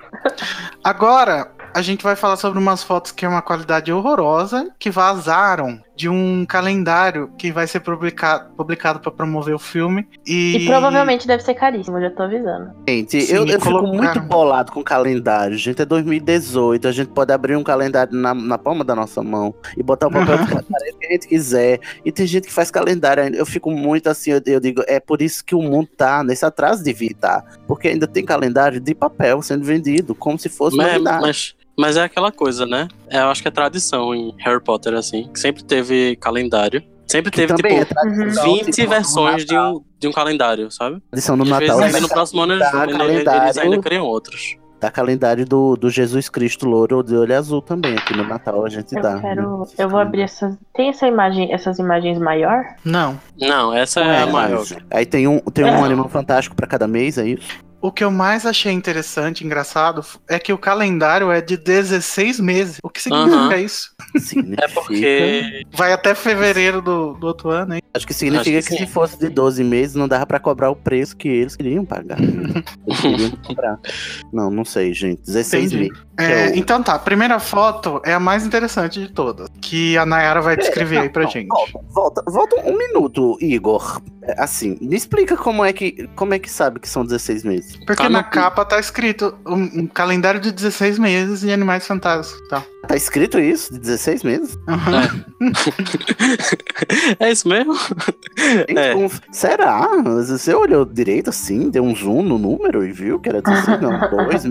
Agora, a gente vai falar sobre umas fotos que é uma qualidade horrorosa, que vazaram de um calendário que vai ser publicado publicado para promover o filme. E, E provavelmente deve ser caríssimo, já tô avisando. Gente, Sim, eu, eu fico colocaram. Ah. muito bolado com o calendário. Gente, é 2018. A gente pode abrir um calendário na, na palma da nossa mão e botar o papel Aham. que aparece que a gente quiser. E tem gente que faz calendário ainda. Eu fico muito assim, eu, eu digo, é por isso que o mundo tá nesse atraso de vida. tá? Porque ainda tem calendário de papel sendo vendido, como se fosse Mas, novidade. mas, mas é aquela coisa, né? É, eu acho que é tradição em Harry Potter, assim. Que sempre teve calendário. Sempre Que teve, tipo, também é tradição, tipo, 20 no versões de Natal. um, de um calendário, sabe? Edição do Às Natal. vezes eles ainda no próximo ano eles, tá, eles- eles calendário. ainda criam outros. Dá calendário do, do Jesus Cristo louro de olho azul também aqui no Natal a gente Eu dá. quero. né? Eu vou abrir essas. Tem essa imagem, essas imagens maior? Não. Não, essa é, a É, maior. mas- Aí tem um, tem um animal fantástico pra cada mês, é isso? O que eu mais achei interessante, engraçado, é que o calendário é de 16 meses. O que significa Aham. isso? Significa... É porque. Vai até fevereiro do, do outro ano, hein? Acho que significa Acho que que, sim. se fosse de 12 meses não dava pra cobrar o preço que eles queriam pagar. Eles queriam cobrar. Não, não sei, gente. 16 Entendi. meses. É, Que é o- Então tá, a primeira foto é a mais interessante de todas, que a Nayara vai descrever aí pra É, Não, gente. Volta, volta, volta um minuto, Igor. É, Assim, me explica como é que como é que sabe que são 16 meses. Porque Tá na no- capa tá escrito um, um calendário de 16 meses e animais fantásticos. Tá. Tá escrito isso? De 16 meses? Aham. é isso mesmo? Gente, É. como- Será? Você olhou direito assim, deu um zoom no número e viu que era 16, não, dois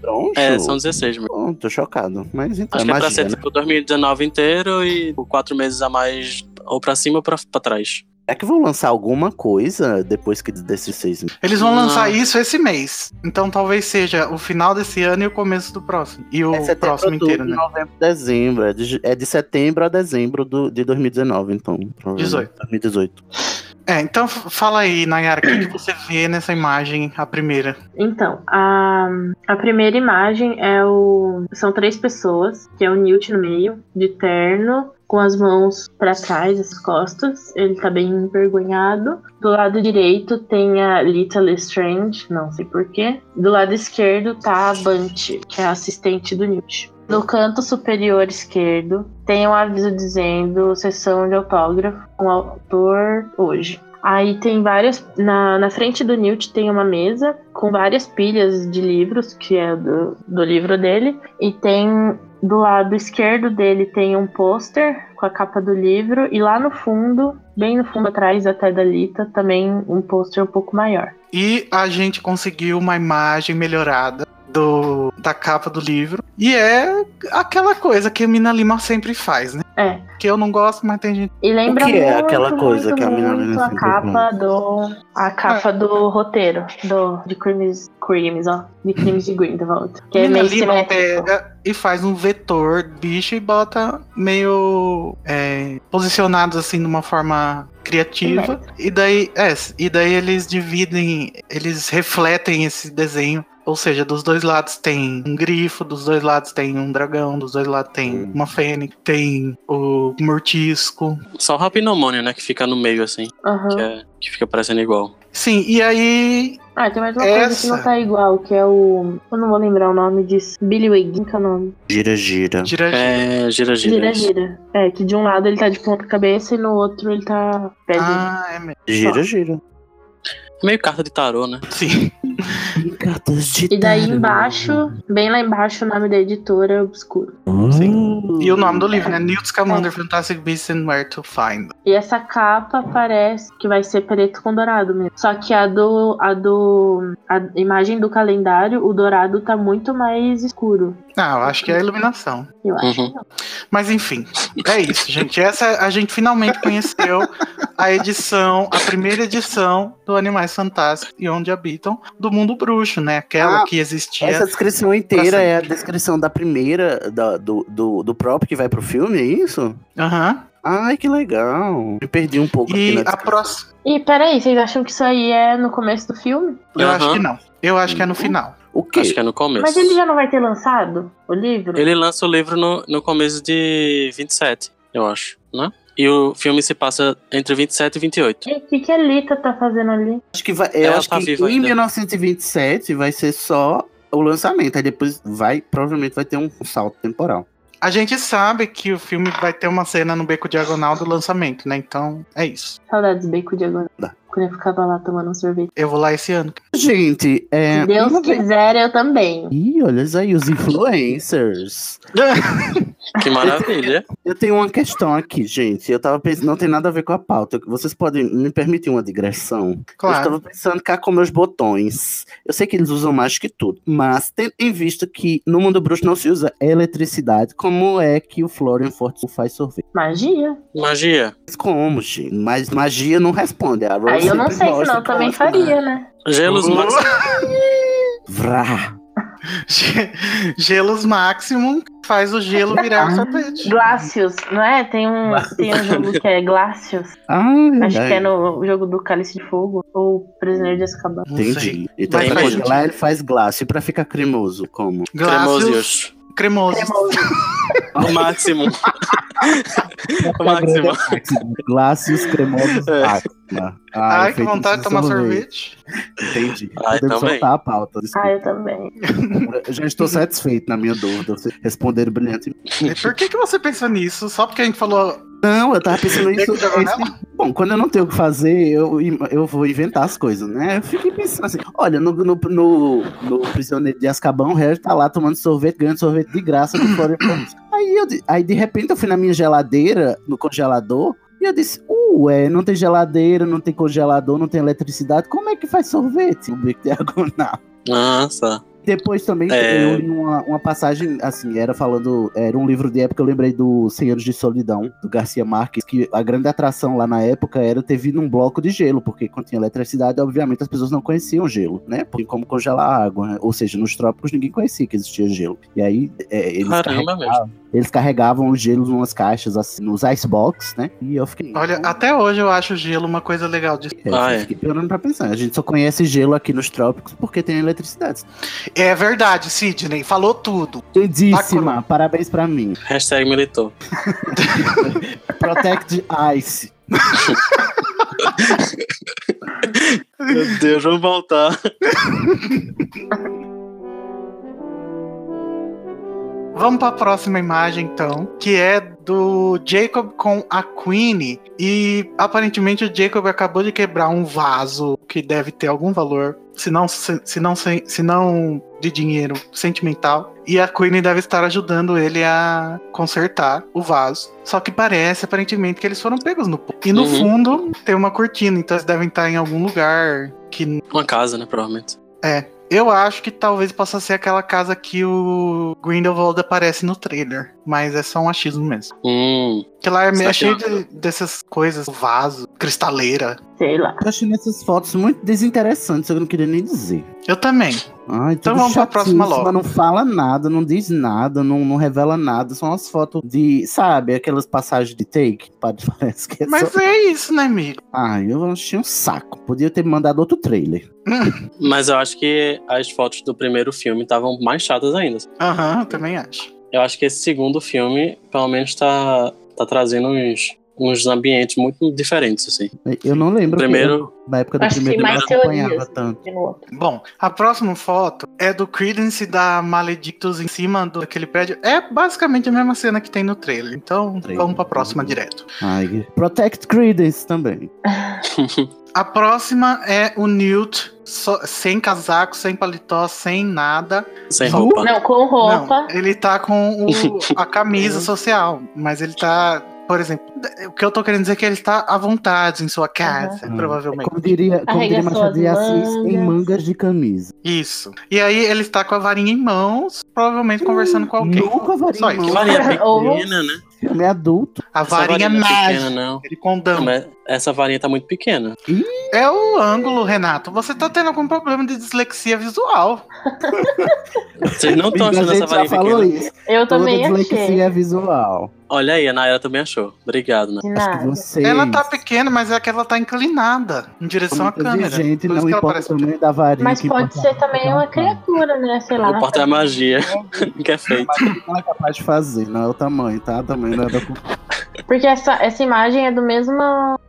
Pronto. É, são 16 mil. Pronto, tô chocado. Mas então, Acho que é pra imagina. ser né? tipo 2019 inteiro e tipo, quatro meses a mais, ou pra cima ou pra, pra trás. Será É que vão lançar alguma coisa depois que desses seis meses? Eles vão lançar Não. isso esse mês. Então talvez seja o final desse ano e o começo do próximo. E o É setembro, próximo outubro, inteiro, né? novembro, dezembro. É de, é de setembro a dezembro do, de 2019, então. provavelmente. 18. 2018. É, então f- fala aí, Nayara, o que, que você vê nessa imagem, a primeira? Então, a, a primeira imagem é o. São três pessoas, que é o Newt no meio, de terno, com as mãos pra trás, as costas. Ele tá bem envergonhado. Do lado direito tem a Lita Lestrange, não sei porquê. Do lado esquerdo tá a Bunty, que é a assistente do Newt. No canto superior esquerdo tem um aviso dizendo sessão de autógrafo com o autor hoje. Aí tem várias. Na, na frente do Newt tem uma mesa com várias pilhas de livros, que é do, do livro dele. E tem do lado esquerdo dele tem um pôster com a capa do livro. E lá no fundo, bem no fundo atrás até da Lita, também um pôster um pouco maior. E a gente conseguiu uma imagem melhorada do, da capa do livro. E é aquela coisa que a Mina Lima sempre faz, né? É. Que eu não gosto, mas tem gente. E lembra O que é muito, aquela coisa muito, que a mina muito lembra assim um a sempre capa do a capa do roteiro do de crimes crimes ó de crimes de Grindelwald que é Mina meio Lima simétrico. pega e faz um vetor bicho e bota meio é, posicionados assim de uma forma criativa. E daí, é, e daí eles dividem, eles refletem esse desenho. Ou seja, dos dois lados tem um grifo, dos dois lados tem um dragão, dos dois lados tem Hum. uma fênix, tem o mortisco. Só o Rapinomônio, né? Que fica no meio, assim. Aham. Que, é- que fica parecendo igual. Sim, e aí. Ah, tem mais uma coisa que Essa. não tá igual, que é o. Eu não vou lembrar o nome disso. Billy Wiggin, que é o nome. Gira, gira. Gira, É, gira, gira. Gira, isso. gira. É, que de um lado ele tá de ponta cabeça e no outro ele tá pé dele. Ah, é mesmo. Gira, gira. Meio carta de tarô, né? Sim. Cartas de E daí tarô. embaixo, bem lá embaixo, o nome da editora é obscuro. Ah. Sim. E o nome do livro, né? Newt Scamander, É. Fantastic Beasts and Where to Find. E essa capa parece que vai ser preto com dourado mesmo. Só que a do. a do. a imagem do calendário, o dourado tá muito mais escuro. Ah, eu acho que é a iluminação. Eu acho. Uhum. Mas enfim, é isso, gente. Essa a gente finalmente conheceu a edição, a primeira edição do Animais Fantásticos e Onde Habitam do Mundo Bruxo, né? Aquela Ah, que existia. Essa descrição Pra inteira sempre. é a descrição da primeira, da- do, do, do próprio que vai pro filme, é isso? Aham. Ai, que legal. Me perdi um pouco aqui E na a descrição. próxima. E peraí, vocês acham que isso aí é no começo do filme? Eu Aham. acho que não. Eu acho que é no final. O quê? Acho que é no começo. Mas ele já não vai ter lançado o livro? Ele lança o livro no, no começo de 27, eu acho, né? E o filme se passa entre 27 e 28. E o que, que a Lita tá fazendo ali? Acho que vai, eu Ela acho tá que viva em ainda. 1927 vai ser só o lançamento. Aí depois vai, provavelmente vai ter um salto temporal. A gente sabe que o filme vai ter uma cena no Beco Diagonal do lançamento, né? Então é isso. Saudades Bacon de agora. Dá. Quando eu ficava lá tomando um sorvete. Eu vou lá esse ano. Gente, é. Se Deus uma vez- quiser, eu também. Ih, olha isso aí, os influencers. Que maravilha. Eu tenho uma questão aqui, gente. Eu tava pensando, não tem nada a ver com a pauta. Vocês podem me permitir uma digressão? Eu Claro. estava pensando cá com meus botões. Eu sei que eles usam mais que tudo, mas tendo em vista que no mundo bruxo não se usa eletricidade, como é que o Florian Fortune faz sorvete? Magia. Magia. Mas Como, gente? Mas magia não responde. A Rose Aí eu não sempre sei, mostra senão eu como também ela faz. faria, né? Gelos Uhum. Max. Vrá. Ge- Gelos Maximum faz o gelo virar um Ah. sorvete. Glacius, não é? Tem um, tem um jogo que é Glacius. Ai, Acho ai. que é no jogo do Cálice de Fogo ou Prisioneiro de Azkaban. Não sei. Entendi. Então, Mas pra faz congelar, ele faz glace. E pra ficar cremoso, como? Glacius Cremosius. cremoso. O máximo. O máximo. Glaces cremosos. É. Magma. Ai, que feitiço vontade de tomar sorvete. Entendi. Ai, Podemos também. soltar a pauta. desculpa. Ah, eu também. Eu já estou satisfeito na minha dúvida. Vocês responderam brilhante. E Por que, que você pensou nisso? Só porque a gente falou. Não, eu tava pensando nisso. Beco Diagonal? esse- Bom, quando eu não tenho o que fazer, eu, eu vou inventar as coisas, né? Eu fiquei pensando assim: olha, no, no, no, no Prisioneiro de Azkaban, o Harry tá lá tomando sorvete, ganhando sorvete de graça do Florian Pérez. aí, eu, di- aí, de repente, eu fui na minha geladeira, no congelador, e eu disse: ué, não tem geladeira, não tem congelador, não tem eletricidade, como é que faz sorvete? O bico diagonal. Nossa. Depois também É. eu li uma, uma passagem, assim, era falando, era um livro de época, eu lembrei do 100 Anos de Solidão, do Garcia Marques, que a grande atração lá na época era ter vindo um bloco de gelo, porque quando tinha eletricidade, obviamente as pessoas não conheciam gelo, né? Porque como congelar a água, né? ou seja, nos trópicos ninguém conhecia que existia gelo. E aí, é, eles Caramba, mesmo. carregavam- Eles carregavam os gelos umas caixas, assim, nos icebox, né? E eu fiquei. Olha, até hoje eu acho o gelo uma coisa legal disso. É, Ah, eu é. fiquei piorando pra pensar. A gente só conhece gelo aqui nos trópicos porque tem eletricidade. É verdade, Sidney, falou tudo. Lindíssima, parabéns pra mim. Hashtag militou. Protect Ice. Meu Deus, vamos voltar. Vamos para a próxima imagem, então, que é do Jacob com a Queen. E aparentemente o Jacob acabou de quebrar um vaso que deve ter algum valor, se não, se, se não, se, se não de dinheiro, sentimental. E a Queen deve estar ajudando ele a consertar o vaso. Só que parece, aparentemente, que eles foram pegos no pulo. E no Uhum. fundo tem uma cortina, então eles devem estar em algum lugar que Uma casa, né, provavelmente. eu acho que talvez possa ser aquela casa que o Grindelwald aparece no trailer. Mas é só um achismo mesmo. Hum, Que lá é meio Será cheio que é uma- de- dessas coisas, vaso, cristaleira. Sei lá. Eu achei essas fotos muito desinteressantes, eu não queria nem dizer. Eu também. Ai, Então tudo vamos pra próxima chatíssimo, logo. Não fala nada, não diz nada, não, não revela nada. São as fotos de, sabe, aquelas passagens de take. pode- Parece que é só... Mas é isso, né, amigo? Ai, eu achei um saco. Podia ter mandado outro trailer. mas eu acho que as fotos do primeiro filme estavam mais chatas ainda. Aham, eu também acho. Eu acho que esse segundo filme, pelo menos, tá, tá trazendo uns, uns ambientes muito diferentes, assim. Eu não lembro. que Primeiro, eu- na época do Acho que primeiro mais eu não acompanhava teorias. tanto. De novo. Bom, a próxima foto é do Credence da Maledictus em cima do- daquele prédio. É basicamente a mesma cena que tem no trailer. Então Trailer. vamos pra próxima direto. Ai, Protect Credence também. A próxima é o Newt, só- sem casaco, sem paletó, sem nada. sem Não. roupa. Não, com roupa. Não, ele tá com o- a É. camisa social, mas ele tá, por exemplo, o que eu tô querendo dizer é que ele tá à vontade em sua casa, Uhum. provavelmente. Como diria, como diria Arregaçou Machado de as Assis, em mangas. mangas de camisa. Isso. E aí ele está com a varinha em mãos, provavelmente conversando com alguém. Hum, Nunca a varinha Só em isso. Que mãos. varinha Ou- pequena, né? Filme adulto. A Essa varinha não é pequena, né? mágica. não. Ele condão. Não, mas essa varinha tá muito pequena. É o ângulo, Renato. Você tá tendo algum problema de dislexia visual. Vocês não estão a achando essa gente já varinha falou pequena. isso. Eu Toda também achei. dislexia é visual. Olha aí, a Nayara também achou. Obrigado, né? De Acho que nada. vocês... Ela tá pequena, mas é que ela tá inclinada em direção à muita câmera. gente, Por isso que não ela importa o parece pequena. tamanho da varinha. Mas que pode importa ser também uma criatura, né? Sei lá. O porta é a magia que é feito. O que ela é capaz de fazer, não é o tamanho, tá? O tamanho não é da Porque essa, essa imagem é do mesmo.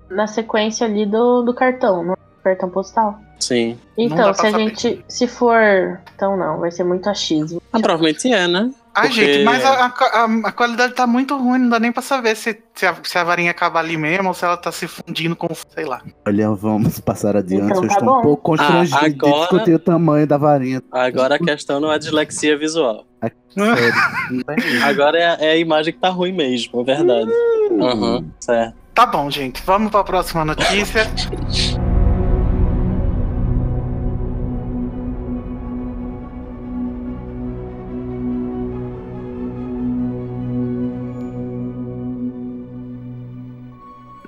na sequência ali do, do cartão, não é? cartão postal. Sim. dá Então, pra se a saber. gente. Se for. Então não, vai ser muito achismo. Ah, provavelmente é, né? Ai, Porque- gente, mas a, a- a- a qualidade tá muito ruim, não dá nem pra saber se, se, a, se a varinha acaba ali mesmo ou se ela tá se fundindo com, sei lá. Olha, vamos passar adiante. Então eu tá estou bom. um pouco constrangido Ah, de agora- discutir o tamanho da varinha. Agora a questão não é dislexia visual. Sério. Não tem isso. Agora é, é a imagem que tá ruim mesmo, é verdade. Aham, certo. Tá bom, gente, vamos pra próxima notícia.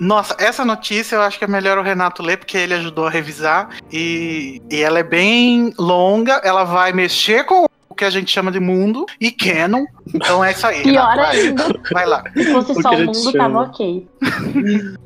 Nossa, essa notícia eu acho que é melhor o Renato ler, porque ele ajudou a revisar. E, e ela é bem longa, ela vai mexer com o que a gente chama de mundo e canon. Então é isso aí. Tipo, Pior Renato, vai, ainda, vai lá. se fosse Porque só a o gente mundo, chama. tava ok.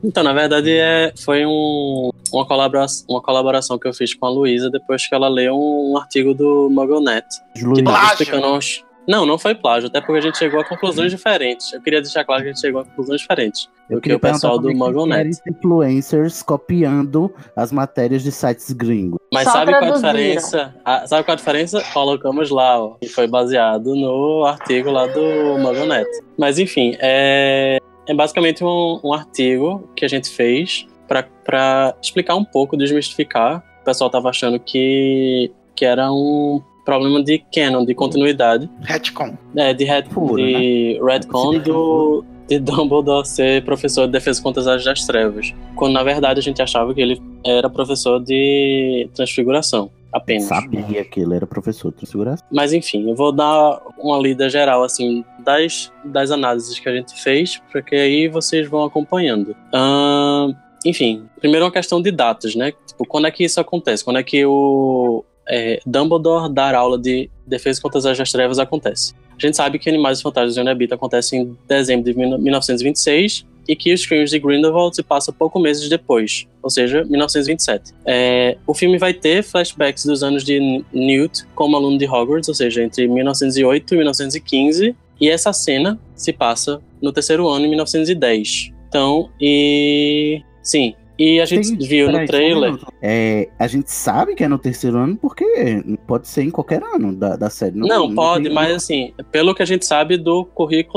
Então, na verdade, é, foi um, uma, colabora uma colaboração que eu fiz com a Luísa depois que ela leu um, artigo do MuggleNet. Que Luiz, tava Plágio. explicando uns... Não, não foi plágio, até porque a gente chegou a conclusões diferentes. Eu queria deixar claro que a gente chegou a conclusões diferentes do que o perguntar pessoal do como é que MuggleNet. querem influencers copiando as matérias de sites gringos. Mas Só sabe qual é a traduziram. diferença? Ah, sabe qual a diferença? Colocamos lá, ó. E foi baseado no artigo lá do Magonet. Mas enfim, é, é basicamente um, um artigo que a gente fez pra- pra explicar um pouco, desmistificar. O pessoal tava achando que, que era um problema de canon, de continuidade. Retcon. É, de, red, Puro, de retcon Esse do, de Dumbledore ser professor de defesa contra as artes das trevas. Quando na verdade a gente achava que ele era professor de transfiguração. Apenas. Sabia que ele era professor de segurança. Mas enfim, eu vou dar uma lida geral assim das, das análises que a gente fez, porque aí vocês vão acompanhando. Ahn, enfim, primeiro é uma questão de datas, né? Tipo, quando é que isso acontece? Quando é que o, é, Dumbledore dar aula de Defesa contra as Artes das Trevas acontece. A gente sabe que Animais Fantásticos e Onebita acontece em dezembro de 1926 e que os crimes de Grindelwald se passa pouco meses depois, ou seja, 1927. É, o filme vai ter flashbacks dos anos de N- Newt como aluno de Hogwarts, ou seja, entre 1908 e 1915, e essa cena se passa no terceiro ano, em 1910. Então, e... Sim, e a gente Tem- viu peraí, no só um trailer... minuto. É, a gente sabe que é no terceiro ano porque pode ser em qualquer ano da, da série. Não, pode, tem- mas assim, pelo que a gente sabe do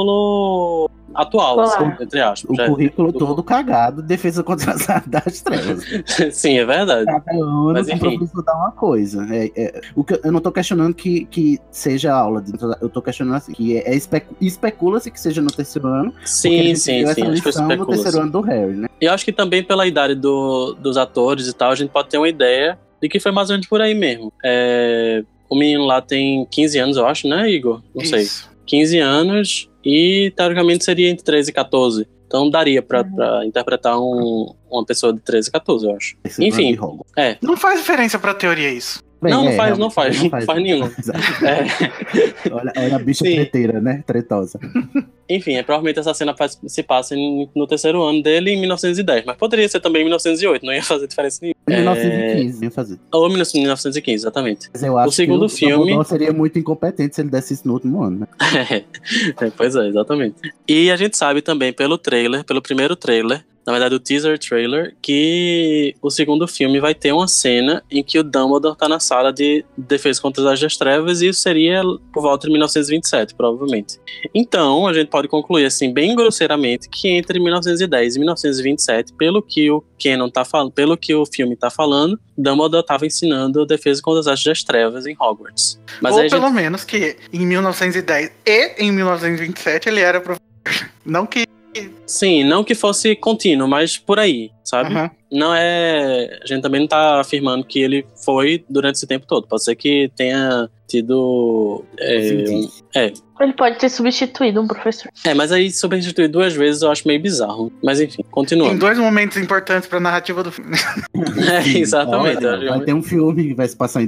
currículo atual, Olá. assim, entre aspas. O já- currículo do- todo cagado, defesa contra as artes das trevas. Sim, é verdade. Cada ano Mas, o enfim. professor dá uma coisa. É, é, o que eu, eu não tô questionando que, que seja aula, de- eu tô questionando assim, que é, é especu- especula-se que seja no terceiro ano. porque a Sim, gente sim, viu sim. Essa Acho que eu lição no especulo. terceiro assim. ano do Harry, né? E eu acho que também pela idade do- dos atores e tal, a gente pode ter uma ideia de que foi mais ou menos por aí mesmo. É, o menino lá tem 15 anos, eu acho, né, Igor? Não sei. Isso. 15 anos e teoricamente seria entre 13 e 14. Então daria pra, pra interpretar um- uma pessoa de 13 e 14, eu acho. Terceiro ano Enfim. de Hogwarts. Não faz diferença pra teoria isso. Bem, Não, não é, faz, não realmente, faz, não faz nenhum. É. olha, olha a bicha Sim. treteira, né? Tretosa. Enfim, é, provavelmente essa cena faz- se passa em- no terceiro ano dele, em 1910. Mas poderia ser também em 1908, não ia fazer diferença nenhuma. Em É, 1915, ia né, fazer. Ou 1915, exatamente. Mas eu acho segundo que o Dumbledore filme- seria muito incompetente se ele desse isso no último ano, né? É, pois é, exatamente. E a gente sabe também pelo trailer, pelo primeiro trailer, na verdade o teaser trailer, que o segundo filme vai ter uma cena em que o Dumbledore tá na sala de defesa contra as Artes das trevas e isso seria por volta de 1927, provavelmente. Então, a gente pode concluir assim bem grosseiramente que entre 1910 e 1927, pelo que o Canon tá falando, pelo que o filme tá falando, Dumbledore tava ensinando defesa contra as Artes das trevas em Hogwarts. Mas Ou aí a gente- pelo menos que em 1910 e em 1927 ele era professor. Não que. Sim, não que fosse contínuo, mas por aí, sabe? Aham. Não é. A gente também não tá afirmando que ele foi durante esse tempo todo. Pode ser que tenha tido. Os É, indícios. Ele pode ter substituído um professor. é, mas aí substituir duas vezes eu acho meio bizarro. Mas enfim, Em continuando. dois momentos importantes pra narrativa do filme. É, exatamente. Olha, eu acho é vai ter um filme que vai se passar em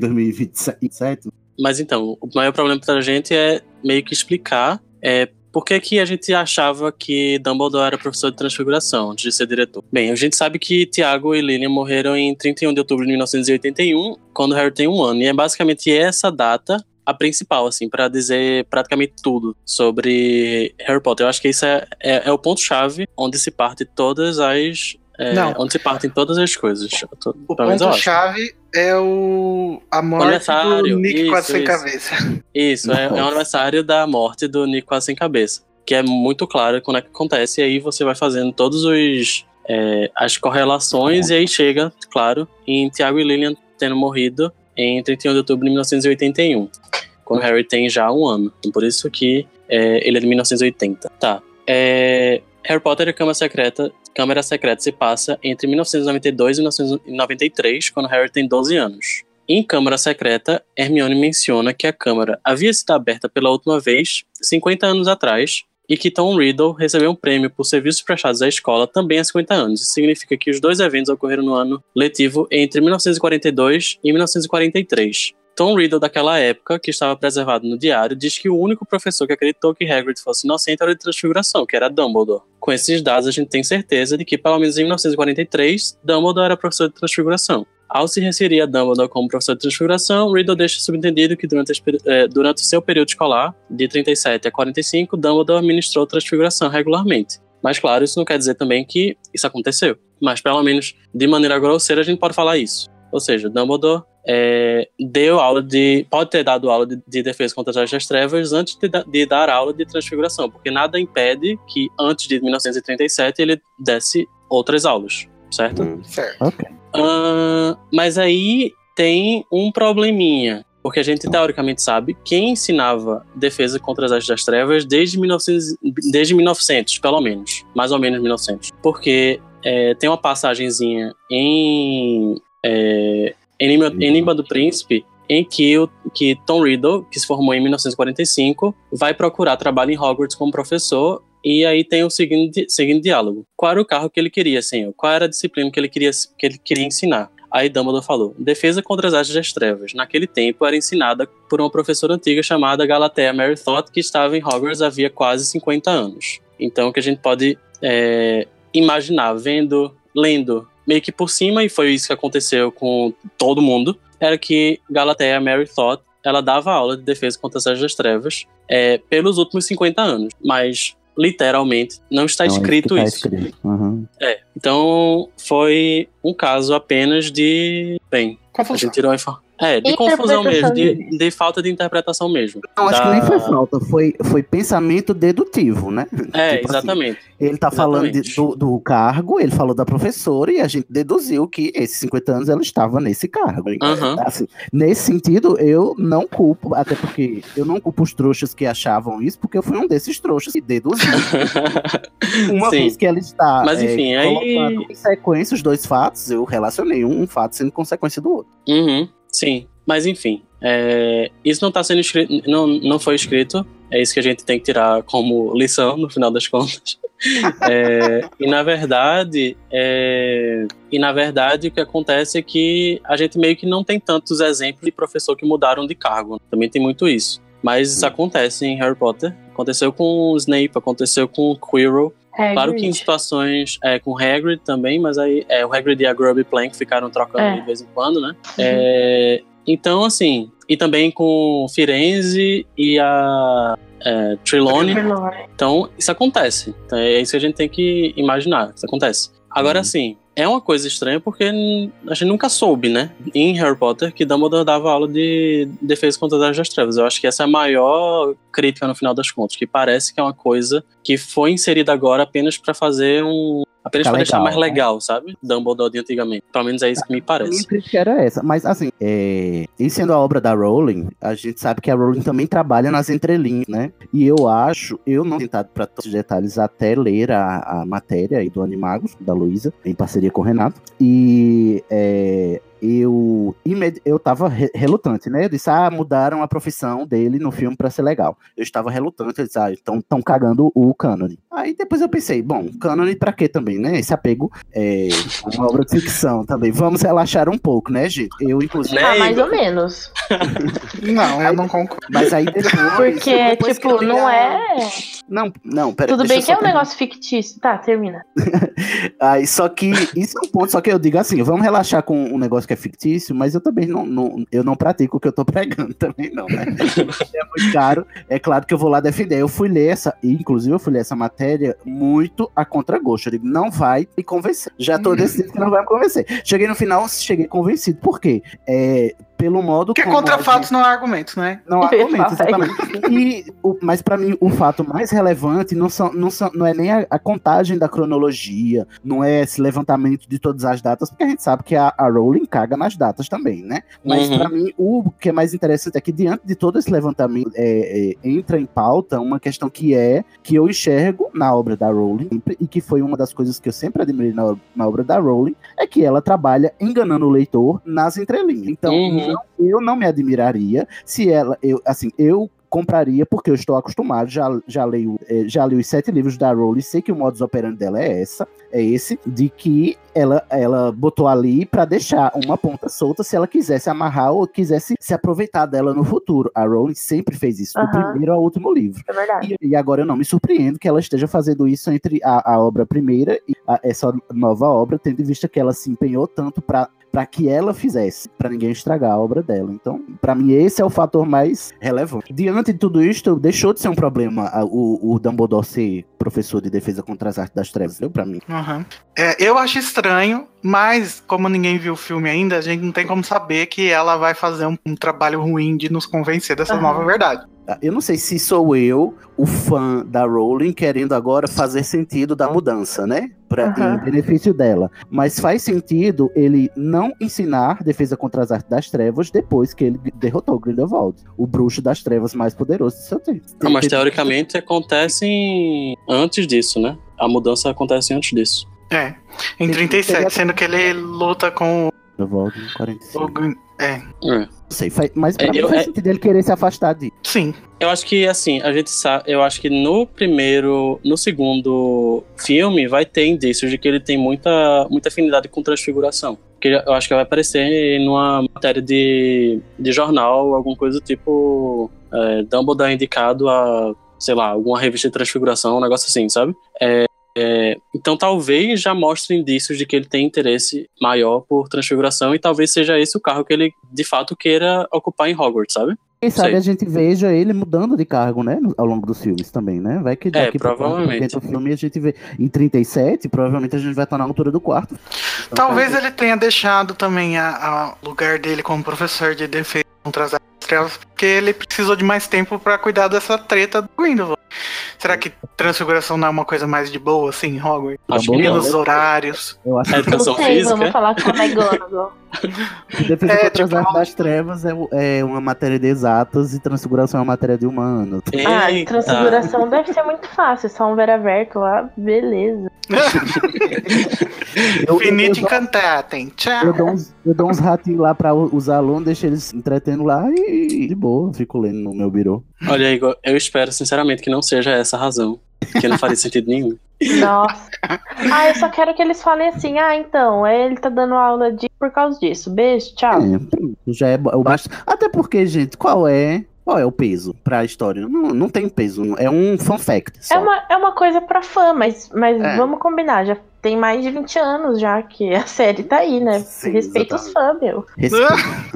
2027. Mas então, o maior problema pra gente é meio que explicar é, por que, que a gente achava que Dumbledore era professor de transfiguração antes de ser diretor. Bem, a gente sabe que Tiago e Lilian morreram em 31 de outubro de 1981, quando Harry tem um ano. E é basicamente essa data a principal, assim, pra dizer praticamente tudo sobre Harry Potter. Eu acho que isso é, é, é o ponto-chave onde se parte todas as... é, Não. onde se partem todas as coisas. To- O pelo menos eu acho. ponto-chave é o. A morte Aniversário, do Nick isso, Quase Sem isso. Cabeça. Isso, é, é Nossa. o aniversário da morte do Nico Quase Sem Cabeça. Que é muito claro quando é que acontece, e aí você vai fazendo todos os. é, as correlações, e aí chega, claro, em Tiago e Lillian tendo morrido em 31 de outubro de 1981. Quando Harry tem já um ano. Então, por isso que é, ele é de 1980. Tá. É, Harry Potter e a Câmara Secreta. Câmara Secreta se passa entre 1992 e 1993, quando Harry tem 12 anos. Em Câmara Secreta, Hermione menciona que a Câmara havia sido aberta pela última vez 50 anos atrás e que Tom Riddle recebeu um prêmio por serviços prestados à escola também há 50 anos. Isso significa que os dois eventos ocorreram no ano letivo entre 1942 e 1943. Tom Riddle, daquela época, que estava preservado no diário, diz que o único professor que acreditou que Hagrid fosse inocente era o de transfiguração, que era Dumbledore. Com esses dados, a gente tem certeza de que, pelo menos em 1943, Dumbledore era professor de transfiguração. Ao se referir a Dumbledore como professor de transfiguração, Riddle deixa subentendido que durante, as peri- eh, durante o seu período escolar, de 37 a 45, Dumbledore ministrou transfiguração regularmente. Mas claro, isso não quer dizer também que isso aconteceu. Mas pelo menos, de maneira grosseira, a gente pode falar isso. Ou seja, Dumbledore eh, deu aula de... pode ter dado aula de, de defesa contra as Artes das trevas antes de, da- de dar aula de transfiguração, porque nada impede que antes de 1937 ele desse outras aulas, certo? Certo. Ok. Ahn, mas aí tem um probleminha. Porque a gente teoricamente sabe quem ensinava defesa contra as artes das trevas desde 1900, desde 1900 pelo menos. Mais ou menos 1900. Porque é, tem uma passagenzinha em é, Enigma, Enigma do Príncipe em que, o, que Tom Riddle, que se formou em 1945, vai procurar trabalho em Hogwarts como professor e aí tem o seguinte, seguinte diálogo. Qual era o carro que ele queria, senhor? Qual era a disciplina que ele queria, que ele queria ensinar? Aí Dumbledore falou: Defesa contra as artes das trevas. Naquele tempo era ensinada por uma professora antiga chamada Galatea Mary Thought, que estava em Hogwarts havia quase 50 anos. Então, que a gente pode é, imaginar, vendo, lendo, meio que por cima, e foi isso que aconteceu com todo mundo, era que Galatea Mary Thought ela dava aula de defesa contra as artes das trevas é, pelos últimos 50 anos. Mas literalmente, não está Não, é escrito que tá isso. escrito. Uhum. É, então foi um caso apenas de. Bem, a Confusão. gente tirou a infor- É, de confusão mesmo, Interpretação de, de falta de interpretação mesmo. Não, acho Da- que nem foi falta, foi, foi pensamento dedutivo, né? É, Tipo assim, exatamente. ele tá falando de- exatamente. do, do cargo, ele falou da professora e a gente deduziu que esses 50 anos ela estava nesse cargo. Aham. Assim, nesse sentido, eu não culpo, até porque eu não culpo os trouxas que achavam isso, porque eu fui um desses trouxas que deduziu. Uma Sim. vez que ela está é, Mas enfim, aí- colocando em sequência os dois fatos, eu relacionei um fato sendo consequência do outro. Uhum, sim. Mas enfim, é, isso não tá sendo escrito. Não, não foi escrito. É isso que a gente tem que tirar como lição, no final das contas. É, e na verdade. é, e na verdade, o que acontece é que a gente meio que não tem tantos exemplos de professor que mudaram de cargo. né? Também tem muito isso. Mas isso acontece em Harry Potter. Aconteceu com o Snape, aconteceu com o Quirrell. É, Claro que em gente. situações é, com o Hagrid também, mas aí é, o Hagrid e a Grubby Plank ficaram trocando É. de vez em quando, né? É, então, assim, e também com o Firenze e a é, Trelawney. Trelawney. Então, isso acontece. Então, é isso que a gente tem que imaginar, isso acontece. Agora, Uhum. assim, é uma coisa estranha porque n- a gente nunca soube, né? Em Harry Potter, que Dumbledore dava aula de defesa contra as Artes das trevas. Eu acho que essa é a maior crítica no final das contas, que parece que é uma coisa que foi inserida agora apenas pra fazer um... Apenas Ficar pra deixar legal, mais né? legal, sabe? Dumbledore de antigamente. Pelo menos é isso que me A minha parece. crítica era essa. Mas, assim, é... em sendo a obra da Rowling, a gente sabe que a Rowling também trabalha nas entrelinhas, né? E eu acho, eu não tenho tentado para todos os detalhes até ler a, a matéria aí do Animagos, da Luísa, em parceria com o Renato. E é, eu, imed- eu tava re- relutante, né? Eu disse, ah, mudaram a profissão dele no filme pra ser legal. Eu estava relutante, eu disse, ah, então estão cagando o cânone. Aí depois eu pensei, bom, cânone pra quê também, né? Esse apego é a uma obra de ficção também. Vamos relaxar um pouco, né, gente? É, Eu, inclusive. Né, Ah, mais Igor? ou menos. Não, eu não concordo. Mas aí depois. Porque, depois que eu tipo, li não a- é. Não, não, peraí. Tudo deixa bem eu que é só um terminar. negócio fictício. Tá, termina. Aí, só que isso é um ponto, só que eu digo assim, vamos relaxar com um negócio que é fictício, mas eu também não, não- eu não pratico o que eu tô pregando também não, né? é muito caro, é claro que eu vou lá defender. Eu fui ler essa, e, inclusive eu fui ler essa matéria muito a contragosto. Eu digo, não vai me convencer. Já tô decidido que não vai me convencer. Cheguei no final, cheguei convencido. Por quê? É, pelo modo Porque como a contra gente- fatos não há argumentos, né? não há Eu ia argumentos, falar exatamente. E, o- mas pra mim, o fato mais relevante não, são, não, são, não é nem a, a contagem da cronologia, não é esse levantamento de todas as datas, porque a gente sabe que a, a Rowling caga nas datas também, né? Mas Uhum. pra mim, o que é mais interessante é que, diante de todo esse levantamento, é, é, entra em pauta uma questão que é que eu enxergo na obra da Rowling, e que foi uma das coisas que eu sempre admirei na, na obra da Rowling, é que ela trabalha enganando o leitor nas entrelinhas. Então, Uhum. não- eu não me admiraria se ela, eu, assim, eu compraria porque eu estou acostumado, já, já, leio, eh, já li os sete livros da Rowling, sei que o modus operandi dela é essa, é esse, de que ela, ela botou ali pra deixar uma ponta solta se ela quisesse amarrar ou quisesse se aproveitar dela no futuro. A Rowling sempre fez isso, do Aham. primeiro ao último livro. É verdade. E, e agora eu não me surpreendo que ela esteja fazendo isso entre a, a obra primeira e a- essa nova obra, tendo em vista que ela se empenhou tanto pra para que ela fizesse, pra ninguém estragar a obra dela. Então, pra mim esse é o fator mais relevante. Diante de tudo isto, deixou de ser um problema a- o, o Dumbledore ser professor de defesa contra as artes das trevas, viu? Para mim. Aham. É, eu acho estranho, mas como ninguém viu o filme ainda, a gente não tem como saber que ela vai fazer um, um trabalho ruim de nos convencer dessa Aham. nova verdade. Ah, Eu não sei se sou eu, o fã da Rowling, querendo agora fazer sentido da mudança, né? Pra, Aham. Em benefício dela. Mas faz sentido ele não ensinar defesa contra as artes das trevas depois que ele derrotou Grindelwald, o bruxo das trevas mais poderoso do seu tempo. Não, Ah, mas teoricamente acontece em- antes disso, né? A mudança acontece antes disso. É. Em Ele 37, teria- um sendo que ele luta com Grindelwald em 45. o. Não Grin- É. É. sei, faz- mas pra É, mim eu- faz é- sentido ele querer se afastar disso. Sim. Eu acho que assim, a gente sabe, eu acho que no primeiro, no segundo filme vai ter indícios de que ele tem muita, muita afinidade com transfiguração. que eu acho que vai aparecer em uma matéria de, de jornal, alguma coisa tipo é, Dumbledore indicado a, sei lá, alguma revista de transfiguração, um negócio assim, sabe? É, é, então talvez já mostre indícios de que ele tem interesse maior por transfiguração e talvez seja esse o carro que ele de fato queira ocupar em Hogwarts, sabe? Quem sabe Sei. a gente veja ele mudando de cargo, né? no- Ao longo dos filmes também, né? Vai que daqui pra frente, provavelmente. dentro do filme a gente vê. Em 37, provavelmente a gente vai estar na altura do quarto. Então, Talvez tá- ele tenha deixado também a- a- o lugar dele como professor de defesa contra as estrelas, porque ele precisou de mais tempo pra cuidar dessa treta do Grindelwald. Será que transfiguração não é uma coisa mais de boa, assim, em Hogwarts? Acho que bom, não. Menos horários. Eu acho É que educação não sei, física. vamos falar com o McGonagall. Defesa É, contra as tipo- Artes das Trevas é, o- é uma matéria de exatas e Transfiguração é uma matéria de humanos. Ah, Eita. transfiguração deve ser muito fácil, só um veraverto lá, beleza. eu- Finite eu- Incantatem. Tchau. Eu dou uns, eu dou uns ratinhos lá pra o- os alunos, deixo eles se entretendo lá e de boa, fico lendo no meu birô. Olha, Igor, eu espero sinceramente que não seja essa a razão. Que não faria sentido nenhum. Nossa. Ah, eu só quero que eles falem assim, ah, então, é, ele tá dando aula de por causa disso. Beijo, tchau. É, pronto, já é bo- o baixo. Até porque, gente, qual é qual é o peso pra história? Não, não tem peso, é um fun fact. Só. É uma, é uma coisa pra fã, mas, mas É. vamos combinar, já tem mais de 20 anos já que a série tá aí, né? Sim, Respeita os fãs, meu. Respeito.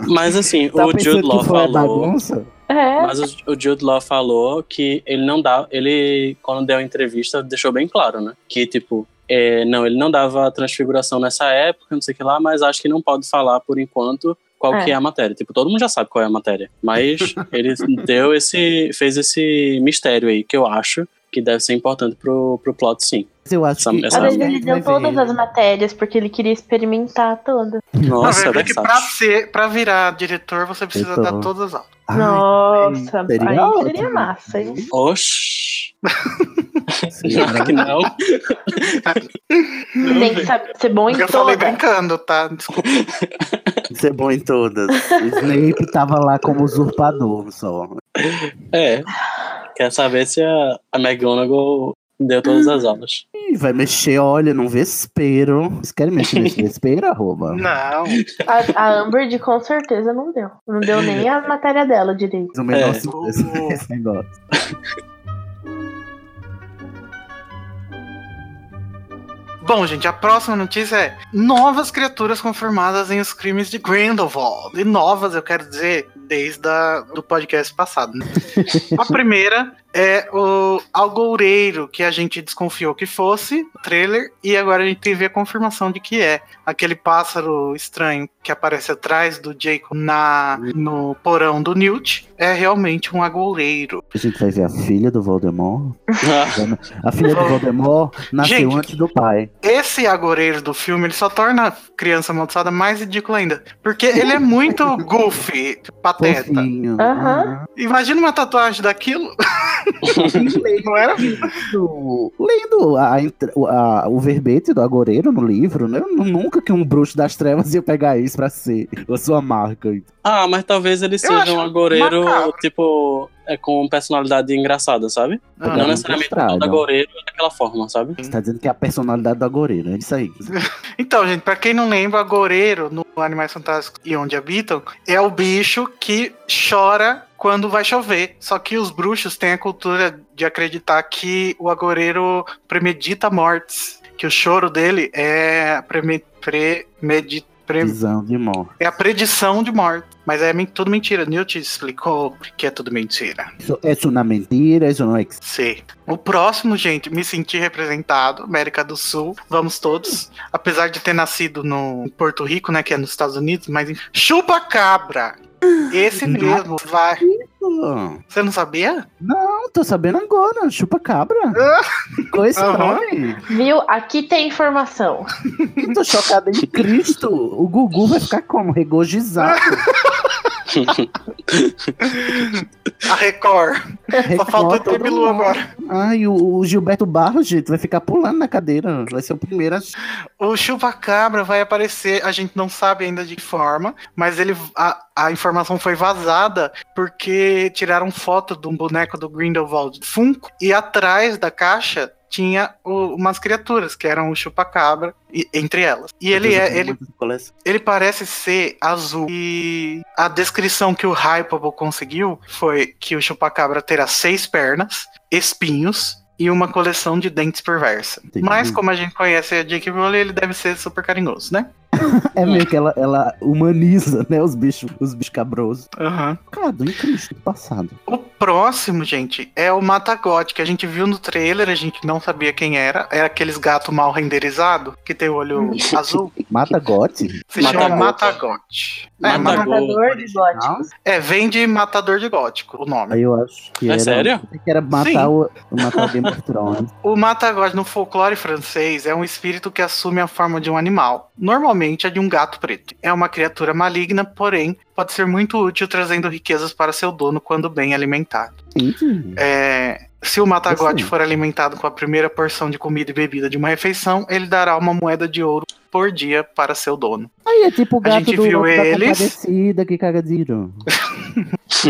Mas assim, Tá o pensando Jude Law que foi a falou. bagunça? É, Mas o- o Jude Law falou que ele não dá. Ele, quando deu a entrevista, deixou bem claro, né? Que, tipo, é, não, ele não dava transfiguração nessa época, não sei o que lá, mas acho que não pode falar por enquanto qual É. que é a matéria. Tipo, todo mundo já sabe qual é a matéria. Mas ele deu esse. fez esse mistério aí, que eu acho que deve ser importante pro, pro plot, sim. Mas Eu acho Essa- que. essa- às sabe? vezes ele deu todas as matérias porque ele queria experimentar todas. Nossa, Na é verdade, que pra, ser, pra virar diretor, você precisa Então. dar todas as aulas. Ai, Nossa, seria aí seria ótimo. massa, hein? Oxi! senhora. que não. Tem que saber ser bom em Eu falei todas. brincando, tá? Desculpa. Ser bom em todas. Snape tava lá como usurpador só. É. Quer saber se a, a McGonagall deu todas as aulas. Ih, vai mexer, olha, num vespeiro. Vocês querem mexer nesse vespeiro, arroba? Não. A, a Umbridge com certeza não deu. Não deu nem a matéria dela direito. Faz o menor É. sentido esse- esse negócio. Bom, gente, a próxima notícia é novas criaturas confirmadas em os crimes de Grindelwald. E novas, eu quero dizer, desde a, do podcast passado. Né? a primeira é o Algoureiro, que a gente desconfiou que fosse, trailer, e agora a gente teve a confirmação de que é aquele pássaro estranho que aparece atrás do Jacob na, no porão do Newt. É realmente um agoureiro. A gente vai ver a filha do Voldemort. Ah, A filha do Voldemort nasceu Gente. antes do pai. Esse agoureiro do filme, ele só torna a criança amaldiçoada mais ridícula ainda. Porque ele é muito goofy, pateta. Fofinho. Aham. Imagina uma tatuagem daquilo. Não era? Lendo, lendo a- a entra- o- a- o verbete do Agoreiro no livro, né? Eu nu- Nunca que um bruxo das trevas ia pegar isso pra ser a sua marca. ah, mas talvez ele acho seja um agoreiro, macabro. tipo, é, com personalidade engraçada, sabe? Ah. não né? necessariamente todo Engraçado. agoreiro é daquela forma, sabe? Você tá dizendo que é a personalidade do Agoreiro, é isso aí. Então, gente, pra quem não lembra, Agoreiro, no Animais Fantásticos e Onde Habitam, é o bicho que chora quando vai chover. Só que os bruxos têm a cultura de acreditar que o Agoreiro premedita mortes. Que o choro dele é a preme- premedi- pre- Visão de morte. é a predição de morte. Mas é men- tudo mentira. Newt explicou que é tudo mentira. Isso, isso não é mentira, isso não é. Sim. O próximo, gente, me senti representado, América do Sul, vamos todos. Apesar de ter nascido no em Porto Rico, né, que é nos Estados Unidos, mas enfim. chupa cabra. Esse mesmo vai. Não Você não sabia? tô sabendo agora, chupa cabra. Com esse Ah, Aham. nome. Viu? Aqui tem informação. Eu tô chocado em Cristo. O Gugu vai ficar como? Regozijado. A Record. Só faltou o Baby Lu agora. Ai, o, o Gilberto Barros, gente, vai ficar pulando na cadeira. Vai ser o primeiro. a- O chupacabra vai aparecer, a gente não sabe ainda de que forma, mas ele a, a informação foi vazada porque tiraram foto de um boneco do Grindelwald Funko e atrás da caixa tinha o- umas criaturas que eram o chupacabra e- entre elas. E ele Deus, eu é tenho ele muitas coleções. ele parece ser azul. E a descrição que o Hypable conseguiu foi que o chupacabra terá seis pernas, espinhos e uma coleção de dentes perversa. Entendi. Mas como a gente conhece a Jake Rowling, ele deve ser super carinhoso, né? É meio que ela, ela humaniza, né? Os bichos, os bichos cabrosos. Cado, em Cristo, passado. O próximo, gente, é o Matagote, que a gente viu no trailer, a gente não sabia quem era. É aqueles gato mal renderizado que tem o olho azul. Mata Gote? Se chama Matagote. Matagote. É, Matagote. Matagote. Matador de Não? góticos. é, vem de Matador de Gótico o nome. Aí eu acho que É era. um, sério? Que era matar, o, matar o Game of Thrones. O Matagorge no folclore francês é um espírito que assume a forma de um animal, normalmente é de um gato preto. É uma criatura maligna, porém pode ser muito útil trazendo riquezas para seu dono quando bem alimentado. Gente, É, Se o Matagote Assim. for alimentado com a primeira porção de comida e bebida de uma refeição, ele dará uma moeda de ouro por dia para seu dono. Aí é tipo o gato gente do viu da eles. Compadecida que caga tiro.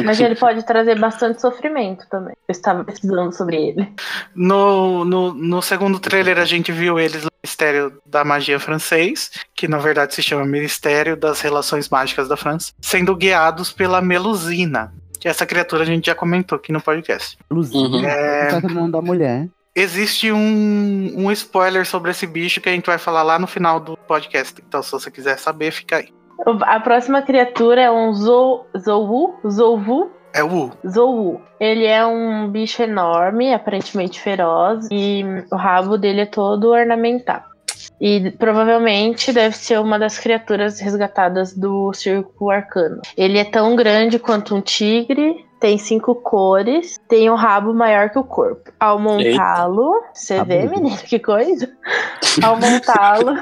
Mas ele pode trazer bastante sofrimento também. Eu estava pesquisando sobre ele. No, no, no segundo trailer a gente viu eles no Ministério da Magia francês, que na verdade se chama Ministério das Relações Mágicas da França, sendo guiados pela Melusina, que essa criatura a gente já comentou aqui no podcast. Luzinha. Uhum. É. Tá todo mundo da mulher. Existe um, um spoiler sobre esse bicho que a gente vai falar lá no final do podcast, então se você quiser saber, fica aí. O- A próxima criatura é um Zou- Zowu? Zowu? É o U. Zowu. Ele é um bicho enorme, aparentemente feroz, e o rabo dele é todo ornamentado. E provavelmente deve ser uma das criaturas resgatadas do circo arcano. Ele é tão grande quanto um tigre, tem cinco cores, tem um rabo maior que o corpo. Ao montá-lo, você vê, Rabo. menino, que coisa? Ao montá-lo,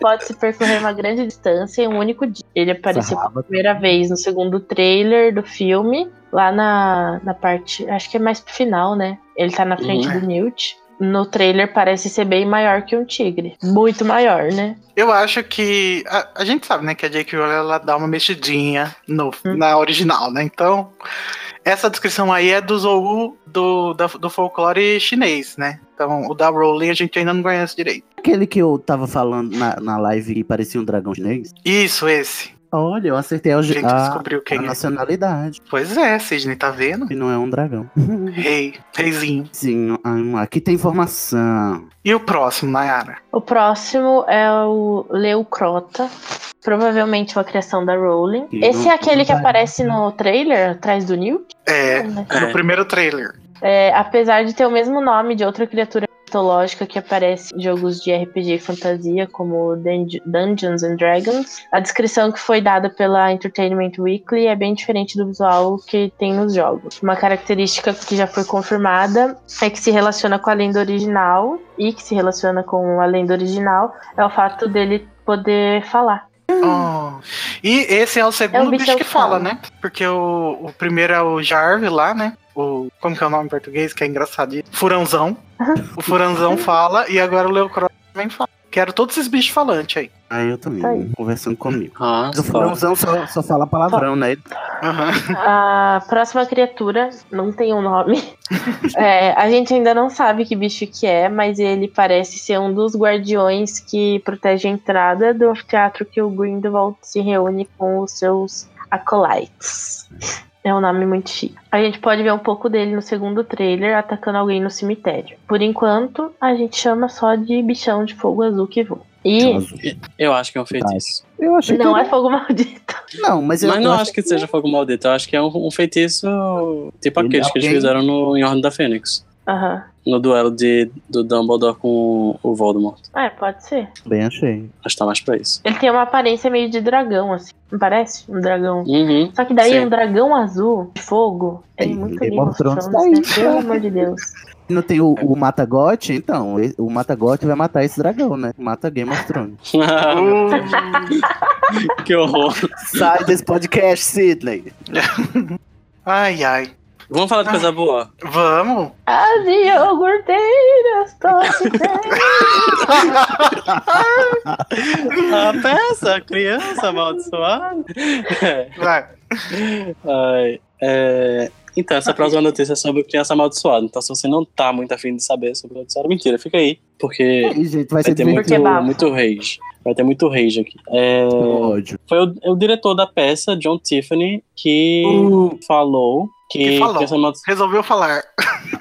pode-se percorrer uma grande distância em um único dia. Ele apareceu Sarraba. pela primeira vez no segundo trailer do filme, lá na, na parte. Acho que é mais pro final, né? Ele tá na frente Uhum. do Newt. No trailer parece ser bem maior que um tigre. Muito maior, né? Eu acho que. A, a gente sabe, né, que a Jake Rowling ela dá uma mexidinha no, Uhum. na original, né? Então, essa descrição aí é do Zou do, da- do folclore chinês, né? Então, o da Rowling a gente ainda não conhece direito. Aquele que eu tava falando na, na live que parecia um dragão chinês. Isso, esse. Olha, eu acertei a, A gente a, descobriu a quem é. nacionalidade. Pois é, Sidney, tá vendo? E não é um dragão. Rei, reizinho. Sim, ah, aqui tem informação. E o próximo, Nayara? O próximo é o Leucrota. Provavelmente é uma criação da Rowling. E Esse não- é aquele que não vai- aparece no trailer, atrás do Newt? É, né? do primeiro trailer. É, apesar de ter o mesmo nome de outra criatura mitológica que aparece em jogos de RPG e fantasia, como Dun- Dungeons and Dragons, a descrição que foi dada pela Entertainment Weekly é bem diferente do visual que tem nos jogos. Uma característica que já foi confirmada é que se relaciona com a lenda original e que se relaciona com a lenda original é o fato dele poder falar. Oh. E esse é o segundo É o bicho bicho que que fala, fala. né? Porque o, o primeiro é o Jarve lá, né? O, como que é o nome em português? Que é engraçadinho. Furãozão. o Furãozão fala e agora o Leocro também fala. Quero todos esses bichos falantes aí. Aí eu também, Tá aí. conversando comigo. Ah, Mas o Furãozão só, só fala palavrão, né? Aham. A próxima criatura não tem um nome. É, a gente ainda não sabe que bicho que é, mas ele parece ser um dos guardiões que protege a entrada do teatro que o Grindelwald se reúne com os seus acolytes. É um nome muito chique. A gente pode ver um pouco dele no segundo trailer atacando alguém no cemitério. Por enquanto, a gente chama só de bichão de fogo azul que voa. E Eu acho que é um feitiço. Eu achei não que é fogo maldito. Não, mas eu Mas não eu acho que seja fogo maldito. Eu acho que é um, um feitiço tipo Ele- aqueles que eles alguém- fizeram no, em Ordem da Fênix. Aham. No duelo de, do Dumbledore com o Voldemort. É, pode ser. Bem, achei. Acho que tá mais pra isso. Ele tem uma aparência meio de dragão, assim. Não parece? Um dragão. Uhum. Só que daí Sim. um dragão azul de fogo é Sim, muito Game Game of of Thrones Thrones, tá né? aí. Pelo amor de Deus. Não tem o, o Matagote? Então, e- o Matagote vai matar esse dragão, né? Mata Game of Thrones. que horror. Sai desse podcast, Sidney. ai, ai. Vamos falar de coisa boa. Vamos? As iogurteiras todas A peça, criança amaldiçoada. É, Vai. ai, é, Então, essa próxima notícia é sobre criança amaldiçoada. Então, se você não tá muito afim de saber sobre a história, mentira, fica aí. Porque Ih, gente, vai, É. vai ser ter muito muito, Porque bafo. muito rage. Vai ter muito rage aqui. É, ódio. foi o, o diretor da peça, John Tiffany, que falou que, Que falou. criança amaldiçoada Resolveu falar.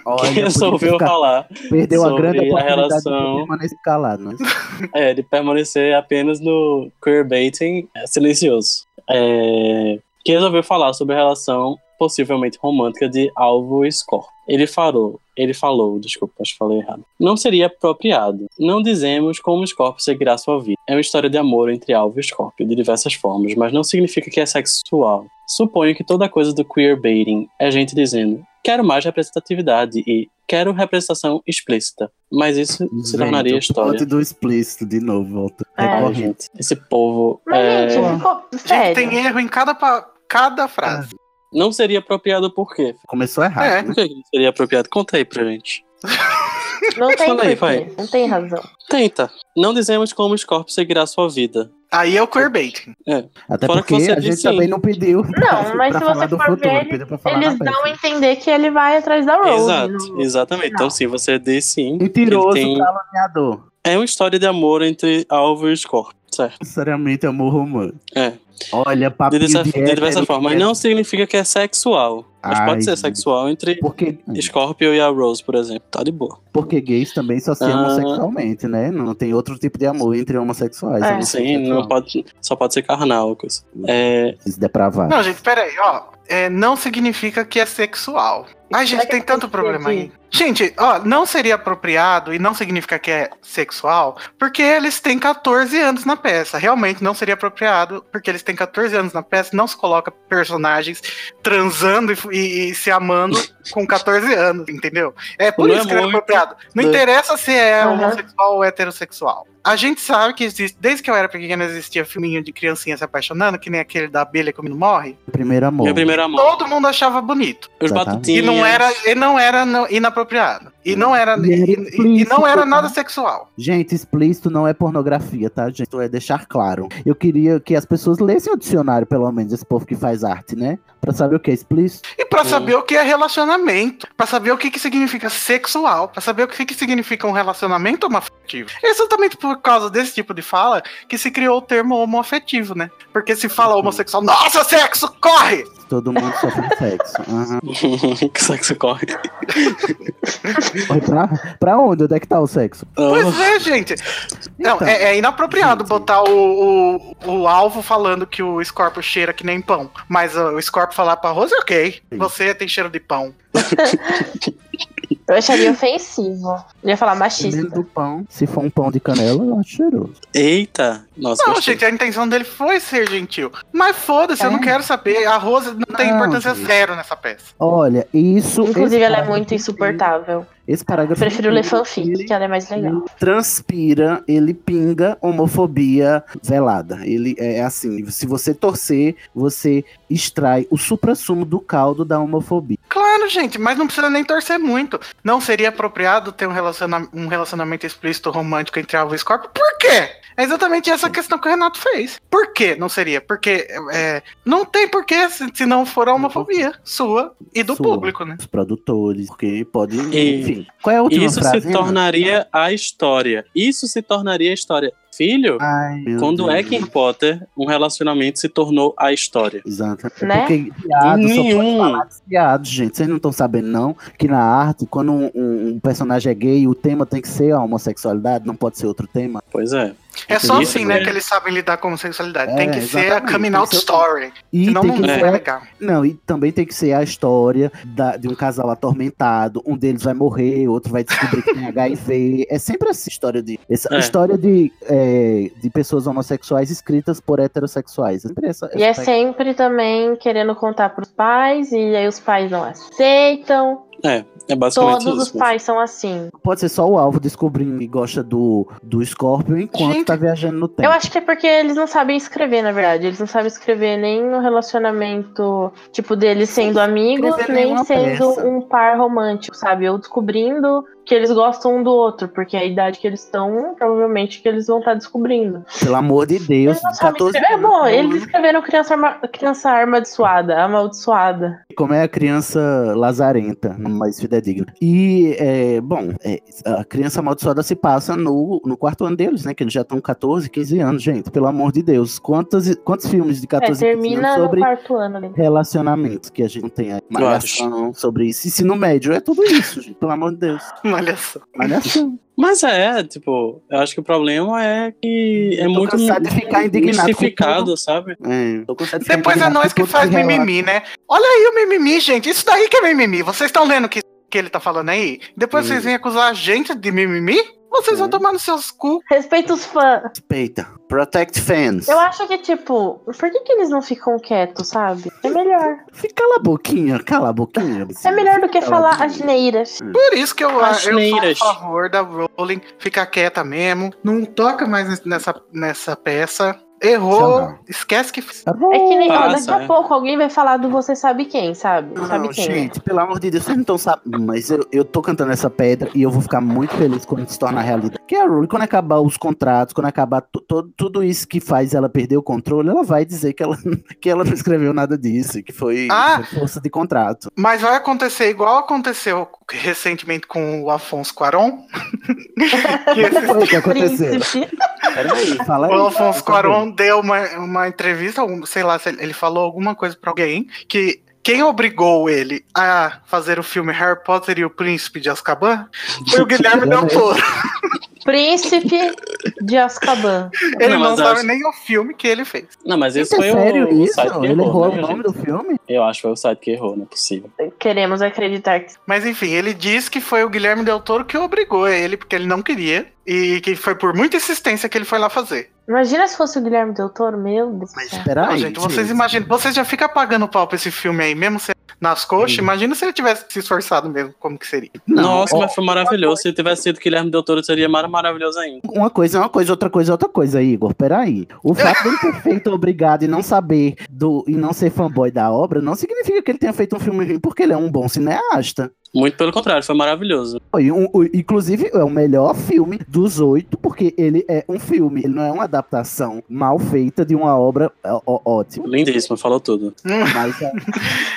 Olha, que podia resolveu ficar- falar Perdeu a sobre grande a oportunidade relação- de permanecer calado. né? Mas... é, de permanecer apenas no queerbaiting silencioso. É, que resolveu falar sobre a relação possivelmente romântica de Alvo e Scorpio. Ele falou, ele falou, desculpa, acho que falei errado. Não seria apropriado. Não dizemos como Scorpio seguirá sua vida. É uma história de amor entre Alvo e Scorpio, de diversas formas, mas não significa que é sexual. Suponho que toda coisa do queerbaiting é gente dizendo quero mais representatividade e quero representação explícita. Mas isso se tornaria Gente, o história. ponto do explícito, de novo, volta. É. Ai, Recorrente. gente, esse povo Mas, é, Pô. gente, ficou Gente, sério. tem erro em cada, pa- cada frase. não seria apropriado por quê? Começou errado. né? É. Por que que não seria apropriado? Conta aí pra gente. Não tem Fala aí, porquê, vai. não tem razão. Tenta. Não dizemos como o Scorpio seguirá sua vida. Aí é o queerbaiting. Até Fora que porque você a gente disse- também não pediu. Não, mas se você for ver, ele pediu pra falar Eles na dão a frente. entender que ele vai atrás da Rose. Exato, exatamente. Oh, Não. Então, sim, você diz sim. Mentiroso, Ele tem- caluniador. É uma história de amor entre Alvo e Scorpio, certo? Sinceramente, amor romântico. É. Olha, De, papinho de, diversa, de hétero, diversas formas. Mas não significa que é sexual. Mas Ai, pode ser gente. sexual entre Porque, Scorpio e a Rose, por exemplo. Tá de boa. porque gays também só se amam Ah. sexualmente, né? Não tem outro tipo de amor entre homossexuais. É. Sim, homossexual. não pode, só pode ser carnal. Coisa. É, Se depravar. Não, gente, peraí, ó. É, não significa que é sexual. Ai, gente, Será que é tem eu tanto entendi? problema aí. Gente, ó, não seria apropriado e não significa que é sexual, porque eles têm 14 anos na peça. Realmente não seria apropriado, porque eles têm 14 anos na peça, não se coloca personagens transando e, e- e se amando com 14 anos, entendeu? É por Não é isso que não é muito, apropriado. Não né? interessa se é Aham. homossexual ou heterossexual. A gente sabe que existe, desde que eu era pequena, existia filminho de criancinha se apaixonando, que nem aquele da abelha comendo morre. Primeiro amor. meu primeiro amor. Todo mundo achava bonito. Os Exatamente. E batutinhos. não era, e não era não- inapropriado. E não era, E e- e, era e não era explícito, nada né? sexual. Gente, explícito não é pornografia, tá, gente? Isso É deixar claro. Eu queria que as pessoas lessem o dicionário, pelo menos, esse povo que faz arte, né? Pra saber o que é explícito. E pra Sim. saber o que é relacionamento, Pra saber o que, que significa sexual, Pra saber o que, que significa um relacionamento homoafetivo. É exatamente por causa desse tipo de fala que se criou o termo homoafetivo, né? Porque se fala homossexual, nossa, sexo, corre! Todo mundo sofre sexo. Aham. que sexo corre. Oi, Pra, pra onde? Onde é que tá o sexo? Pois é, gente. Não, Então, é, é inapropriado botar o, o, o alvo falando que o Scorpio cheira que nem pão. Mas ó, o Scorpio falar pra Rose, ok, você tem cheiro de pão. Eu acharia ofensivo. Eu ia falar dependendo machista. é do pão. Se for um pão de canela, eu acho cheiroso. Eita! Nossa, Não, gostei. gente, a intenção dele foi ser gentil. Mas foda-se, eu não É. quero saber. A Rose não tem Não, importância gente. zero nessa peça. Olha, isso. esse Inclusive, ela é parágrafo muito inteiro- insuportável. Esse parágrafo. Prefiro ler inteiro, fanfic, que ela é mais legal. Ele transpira, ele pinga homofobia velada. Ele é assim, se você torcer, você extrai o suprassumo do caldo da homofobia. Claro, gente, mas não precisa nem torcer muito. Não seria apropriado ter um, relaciona- um relacionamento explícito romântico entre alvo e Scorpio? Por quê? É exatamente essa questão que o Renato fez. Por que não seria? Porque é, não tem porquê se, se não for a homofobia sua e do Sua. público, né? Os produtores, porque pode, E- enfim. Qual é a última Isso frase? se Renan? tornaria a história. Isso se tornaria a história. Filho, Ai, meu quando é Deus. que em Potter um relacionamento se tornou a história? Exato. Né? É Porque viado só pode Nenhum. falar de viado, gente. Vocês não estão sabendo, não, que na arte, quando um, um- um personagem é gay, o tema tem que ser a homossexualidade, não pode ser outro tema. Pois é. É só Isso, assim, né, né? que eles sabem lidar com homossexualidade. É, tem que ser a exatamente, coming tem out que ser o- story. E Senão tem não que é ser a legal. Não, e também tem que ser a história da- de um casal atormentado, um deles vai morrer, outro vai descobrir que tem HIV. É sempre essa história de. Essa É. história de, é, de pessoas homossexuais escritas por heterossexuais. É sempre essa- E é essa- sempre também querendo contar pros pais, e aí os pais não aceitam. É basicamente Todos os isso. pais são assim. Pode ser só o alvo descobrindo que gosta do, do Scorpion enquanto Gente, tá viajando no tempo. Eu acho que é porque eles não sabem escrever, na verdade. Eles não sabem escrever nem no relacionamento, tipo, deles sendo amigos, escrever nem nenhuma sendo peça. um par romântico, sabe? Ou descobrindo que eles gostam um do outro, porque a idade que eles estão, provavelmente que eles vão estar descobrindo. Pelo amor de Deus, Eles não sabem 14 escrever. É anos, bom, não, eles né? escreveram criança, arma... criança armadissuada, amaldiçoada. Como é a criança lazarenta, mais fidedigna. E, é, bom, é, a criança amaldiçoada se passa no, no quarto ano deles, né? Que eles já estão 14, 15 anos, gente. Pelo amor de Deus. Quantos, quantos filmes de É, 14 15 anos termina sobre no quarto ano. né? relacionamentos que a gente não tem aí? Malhação sobre isso. Ensino médio é tudo isso, gente. Pelo amor de Deus. Malhação. Malhação. Mas é, tipo, eu acho que o problema é que é Eu tô muito cansado de ficar indignado com mistificado, sabe? É, tô cansado de ficar Depois é indignado nós que com tudo faz relato. mimimi, né? Olha aí o mimimi, gente. Isso daí que é mimimi. Vocês estão lendo o que, que ele tá falando aí? Depois Hum. vocês vêm acusar a gente de mimimi? Vocês vão É. tomar nos seus cu. Respeita os fãs. Respeita. Protect fans. Eu acho que, tipo, por que, que eles não ficam quietos, sabe? É melhor. Fica Cala a boquinha, cala a boquinha. É melhor do que Cala a falar boquinha. asneiras. Por isso que eu, eu As sou a neiras. favor da Rowling ficar quieta mesmo. Não toca mais nessa, nessa peça. Errou, é Sei lá. esquece que. f- Tá bom. É que nem ó, Passa, daqui a é. pouco alguém vai falar do você sabe quem, sabe? sabe Não, quem? é? gente, pelo amor de Deus, vocês não estão sabendo, mas eu, eu tô cantando essa pedra e eu vou ficar muito feliz quando isso se torna realidade. Porque a Rowling, quando acabar os contratos, quando acabar tu- todo- tudo isso que faz ela perder o controle, ela vai dizer que ela, que ela não escreveu nada disso, que foi, Ah! foi força de contrato. Mas vai acontecer igual aconteceu recentemente com o Afonso Cuaron. Que um O que esse- foi que aconteceu? Príncipe. Peraí, fala aí. o Afonso então, Cuaron deu uma, uma entrevista, um- sei lá, se ele ele falou alguma coisa pra alguém que. Quem obrigou ele a fazer o filme Harry Potter e o Príncipe de Azkaban foi o Guilherme Del Toro. Príncipe de Azkaban. Ele Não, não mas eu sabe acho- nem o filme que ele fez. Não, mas isso É foi sério o, isso? site que Ele errou, errou né, o nome gente? do filme? Eu acho que foi o site que errou, não é possível. Queremos acreditar que. Mas enfim, ele diz que foi o Guilherme Del Toro que obrigou ele, porque ele não queria. E que foi por muita insistência que ele foi lá fazer. Imagina se fosse o Guilherme Del Toro, meu Deus. do Mas céu. Peraí. não, gente, vocês imaginam. Vocês já ficam pagando pau pra esse filme aí, mesmo se nas coxas. Imagina se ele tivesse se esforçado mesmo, como que seria. Não, Nossa, ó, mas foi maravilhoso. Se tivesse sido Guilherme Del Toro, seria mara- maravilhoso ainda. Uma coisa é uma coisa, outra coisa é outra coisa, Igor. Peraí. O fato dele ter feito obrigado e não saber do e não ser fanboy da obra não significa que ele tenha feito um filme ruim porque ele é um bom cineasta. Muito pelo contrário, foi maravilhoso. E um- o- inclusive, é o melhor filme dos oito, porque ele é um filme, ele não é uma adaptação mal feita de uma obra ó- ó- ótima. Lindíssimo, falou tudo. Mas é,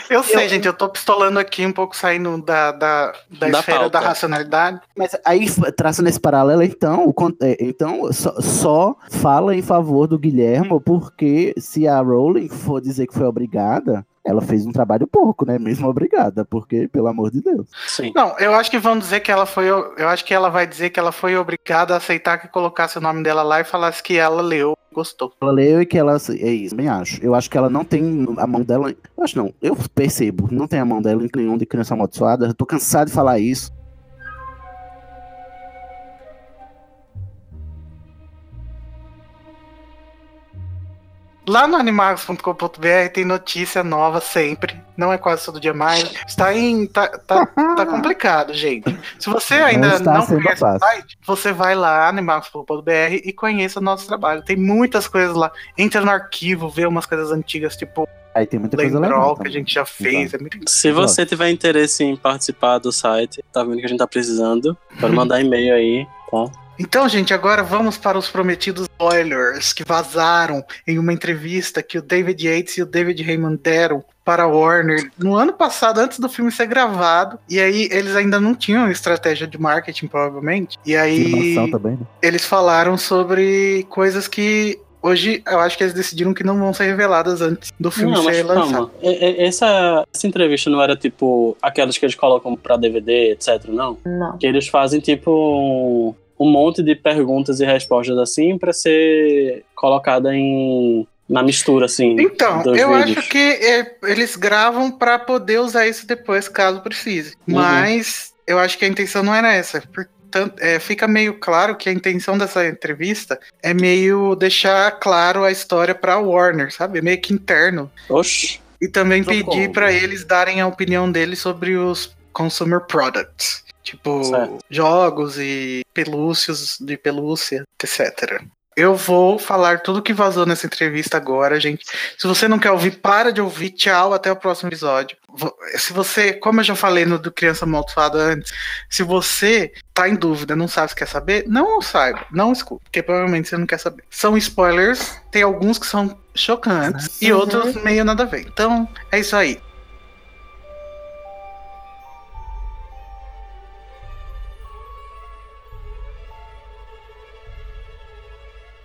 Eu sei, gente, eu tô pistolando aqui um pouco saindo da, da, da, Da esfera pauta. da racionalidade. Mas aí, f- traçando esse paralelo, então, o con- é, então só, só fala em favor do Guilhermo, porque se a Rowling for dizer que foi obrigada, ela fez um trabalho pouco, né? Mesmo obrigada, porque, pelo amor de Deus. Sim. Não, eu acho que vão dizer que ela foi. Eu acho que ela vai dizer que ela foi obrigada a aceitar que colocasse o nome dela lá e falasse que ela leu e gostou. Ela leu e que ela. É isso, bem acho. Eu acho que ela não tem a mão dela. Eu acho não, eu percebo, não tem a mão dela em nenhum de criança amaldiçoada. Eu tô cansado de falar isso. Lá no animagos.com.br tem notícia nova sempre. Não é quase todo dia mais. Está em. Tá, tá, tá Ah, complicado, gente. Se você ainda está não, sendo conhece o fácil. site, você vai lá, animagos.com.br, e conheça o nosso trabalho. Tem muitas coisas lá. Entra no arquivo, vê umas coisas antigas, tipo Aí tem muita coisa legal. então. Lembrol, que a também. gente já fez. É muito... Se você tiver interesse em participar do site, tá vendo que a gente tá precisando, pode mandar e-mail aí, tá? Então, gente, agora vamos para os prometidos spoilers que vazaram em uma entrevista que o David Yates e o David Raymond deram para a Warner no ano passado, antes do filme ser gravado. E aí eles ainda não tinham estratégia de marketing, provavelmente. E aí Animação também, né? eles falaram sobre coisas que hoje eu acho que eles decidiram que não vão ser reveladas antes do filme Não, mas ser lançado. calma. E- e- Essa, essa entrevista não era tipo aquelas que eles colocam pra DVD, etc, não? Não. Que eles fazem tipo um, um monte de perguntas e respostas assim pra ser colocada em na mistura assim. Então, dos eu vídeos. acho que é, eles gravam pra poder usar isso depois, caso precise. Uhum. Mas eu acho que a intenção não é era essa. Portanto, é, fica meio claro que a intenção dessa entrevista é meio deixar claro a história pra Warner, sabe? É meio que interno. Oxi. E também Socorro. pedir pra eles darem a opinião deles sobre os consumer products. Tipo, Certo. jogos e pelúcios de pelúcia, etc. Eu vou falar tudo que vazou nessa entrevista agora, gente. Se você não quer ouvir, para de ouvir. Tchau, até o próximo episódio. Vo- Se você, como eu já falei no do Criança Amaldiçoada antes, se você tá em dúvida, não sabe se quer saber, não saiba, não escute, porque provavelmente você não quer saber. São spoilers, tem alguns que são chocantes e outros meio nada a ver. Então, é isso aí.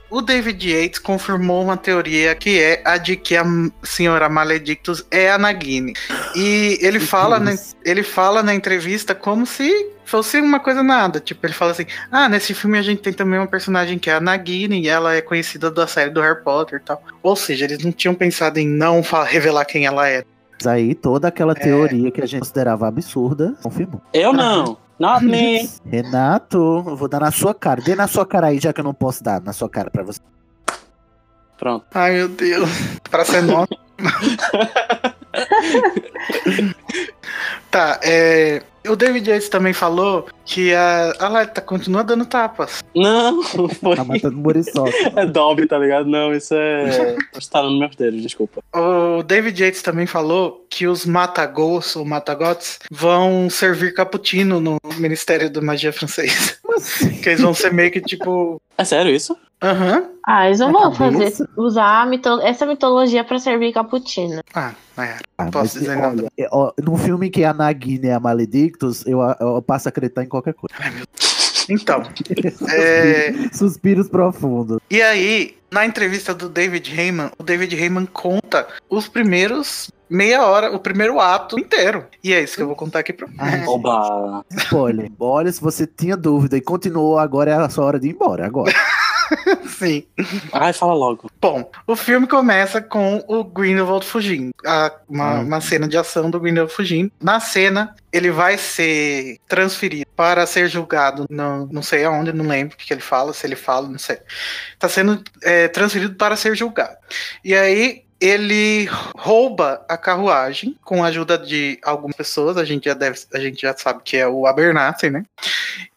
O David Yates confirmou uma teoria que é a de que a m- senhora Maledictus é a Nagini. E ele fala, na, ele fala na entrevista como se fosse uma coisa nada. Tipo, ele fala assim: Ah, nesse filme a gente tem também uma personagem que é a Nagini, e ela é conhecida da série do Harry Potter e tal. Ou seja, eles não tinham pensado em não fa- revelar quem ela é, era. Mas aí É. toda aquela teoria que a gente considerava absurda, confirmou. Eu não. Not me. Renato, eu vou dar na sua cara. Dê na sua cara aí, já que eu não posso dar na sua cara pra você. Pronto. Ai, meu Deus. Pra ser nós. tá, é. O David Yates também falou que a. Ah lá, ele tá, continua dando tapas. Não, foi. Tá matando muriçoca. É Dobby, tá ligado? Não, isso é. Está nos meus dedos, desculpa. O David Yates também falou que os Matagos ou Matagots vão servir cappuccino no Ministério da Magia Francesa. assim? que eles vão ser meio que tipo. É sério isso? Aham. Ah, eles não Na vão cabeça? fazer, usar a mito- essa mitologia pra servir cappuccino. Ah, Nayara. Ah, Posso mas, dizer olha, nada. é, ó, num filme que a Nagini é a Maledictus, eu, eu passo a acreditar em qualquer coisa. Então, é. Suspiros profundos. E aí, na entrevista do David Heyman, o David Heyman conta os primeiros meia hora, o primeiro ato inteiro. E é isso que eu vou contar aqui pra Ai, Oba! Spoiler. Olha, se você tinha dúvida e continuou, agora é a sua hora de ir embora. Agora. Sim. Ai, fala logo. Bom, o filme começa com o Grindelwald fugindo. A- uma, Hum. uma cena de ação do Grindelwald fugindo. Na cena, ele vai ser transferido para ser julgado. Não, não sei aonde, não lembro o que que ele fala, se ele fala, não sei. Tá sendo é, transferido para ser julgado. E aí. Ele rouba a carruagem com a ajuda de algumas pessoas. A gente já, deve, a gente já sabe que é o Abernathy, né?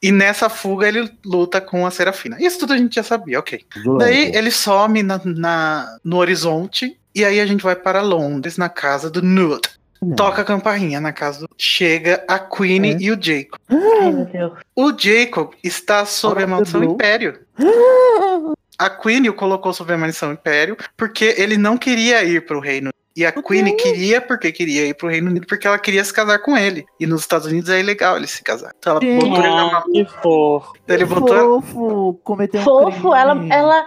E nessa fuga ele luta com a Serafina. Isso tudo a gente já sabia, ok. Daí ele some na, na- no horizonte e aí a gente vai para Londres, na casa do Newt. Hum. Toca a campainha na casa do... Chega a Queen É. e o Jacob. Ai, meu Deus. O Jacob está sob Ora, a maldição Blue. Império. A Queen o colocou sob a maldição Império porque ele não queria ir para o Reino Unido. E a Queen queria porque queria ir para o Reino Unido porque ela queria se casar com ele. E nos Estados Unidos é ilegal ele se casar. Então ela Gente. botou ele na Ah, mão. que fofo. Ele botou ela- Fofo, cometeu um Fofo, crime. ela, ela.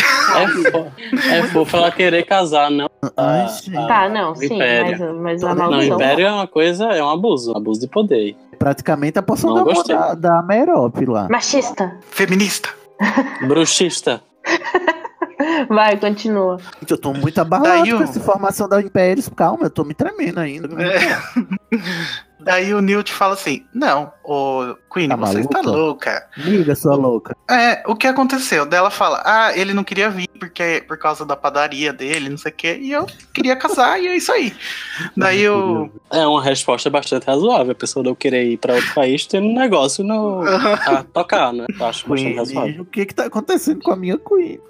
É fofo. É fofo ela querer casar, não. Ai, Ah, gente. ah. Tá, não, o sim, mas, Império. mas a Não, maldição. império é uma coisa, é um abuso. Abuso de poder. Praticamente a poção Não da, amor gostei. da, da Merope lá. Machista. feminista. Bruxista. Vai, continua. Gente, eu tô muito abalado Daí o- com essa formação da Império. Calma, eu tô me tremendo ainda. É. Daí o Newt fala assim: Não, ô Queen, Tá você está maluca? louca. Liga, sua louca. É, o que aconteceu? Dela fala, ah, ele não queria vir porque por causa da padaria dele, não sei o quê, e eu queria casar, e é isso aí. Daí eu. É uma resposta bastante razoável. A pessoa não querer ir pra outro país tendo um negócio no. a tocar, né? Eu acho bastante Queen, razoável. o que que tá acontecendo com a minha Queen?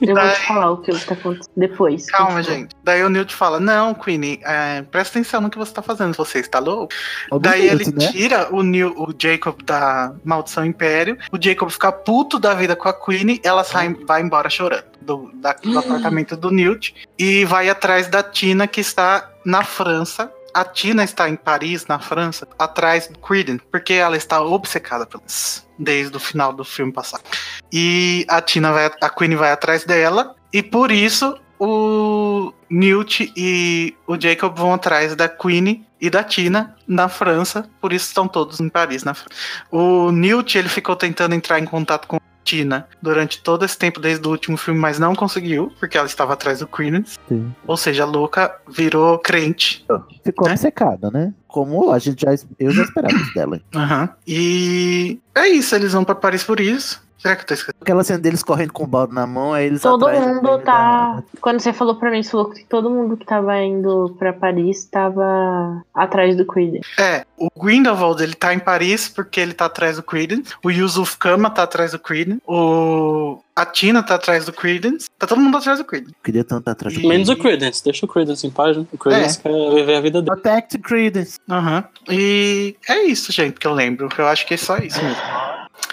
Eu vou te falar o que tá acontecendo depois. Tipo, Calma, continua. gente. Daí o Newt fala, não, Queen, é, presta atenção no que você tá fazendo, você está louco. Ô, Daí ele bonito, né? tira o, New, o Jacob da Maldição Império, o Jacob fica puto da vida com a Queen, ela sai, vai embora chorando do, da- do apartamento do Newt e vai atrás da Tina que está na França. A Tina está em Paris, na França, atrás do Creedence, porque ela está obcecada pelas desde o final do filme passado. E a Tina vai, a Queen vai atrás dela e por isso o Newt e o Jacob vão atrás da Queen e da Tina na França, por isso estão todos em Paris, na França. O Newt ele ficou tentando entrar em contato com Tina durante todo esse tempo, desde o último filme, mas não conseguiu, porque ela estava atrás do Credence. Sim. Ou seja, a louca virou crente. Ficou né? obcecada, né? Como a gente já, eu já esperava isso dela. E é isso, eles vão para Paris por isso. Será que eu tô esquecendo? Aquela cena deles correndo com o balde na mão, aí eles Todo atrás da mundo dele tá. da- Quando você falou pra mim, você falou que todo mundo que tava indo pra Paris tava atrás do Creed. É, o Grindelwald ele tá em Paris porque ele tá atrás do Credence. O Yusuf Kama tá atrás do Credence. O. A Tina tá atrás do Credence. Tá todo mundo atrás do Credence. Queria tanto estar atrás do Menos o Credence, deixa o Credence em paz, né? O Credence É. quer viver a vida dele. Protect Credence. Aham. E é isso, gente, que eu lembro. Eu acho que é só isso mesmo.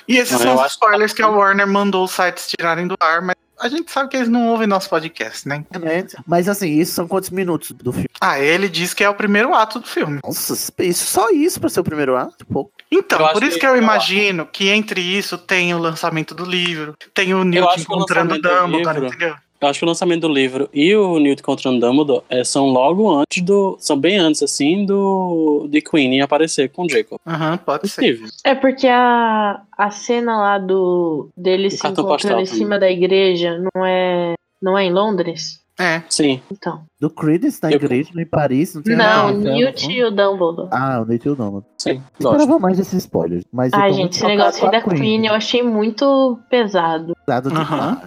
E esses Não, eu são os acho que- tá spoilers que a Warner mandou os sites tirarem do ar, mas a gente sabe que eles não ouvem nosso podcast, né? Exatamente. Mas assim, isso são quantos minutos do filme? Ah, ele diz que é o primeiro ato do filme. Nossa, isso, só isso pra ser o primeiro ato? Pouco. Então, Eu acho por isso que- que eu eu imagino que entre isso tem o lançamento do livro, tem o Newt acho que o encontrando o lançamento do Dumbledore, livro- entendeu? Eu acho que o lançamento do livro e o Newt contra o Dumbledore eh, são logo antes do. São bem antes, assim, do. De Queen aparecer com o Jacob. Aham, pode ser. Possível. É porque a, a cena lá do dele se cartão encontrando postal em também. cima da igreja não é. Não é em Londres? É. Sim. Então. Do Credence na Eu- igreja, em Paris, não tem Não, nada. né? o Newt e o Dumbledore. Ah, o Newt e o Donald. Sim, Eu gosto. esperava mais desses spoilers. Ah, Mas eu Ai, tô gente, muito esse negócio aí da chocado com a Queen. eu achei muito pesado. Dado de- Aham.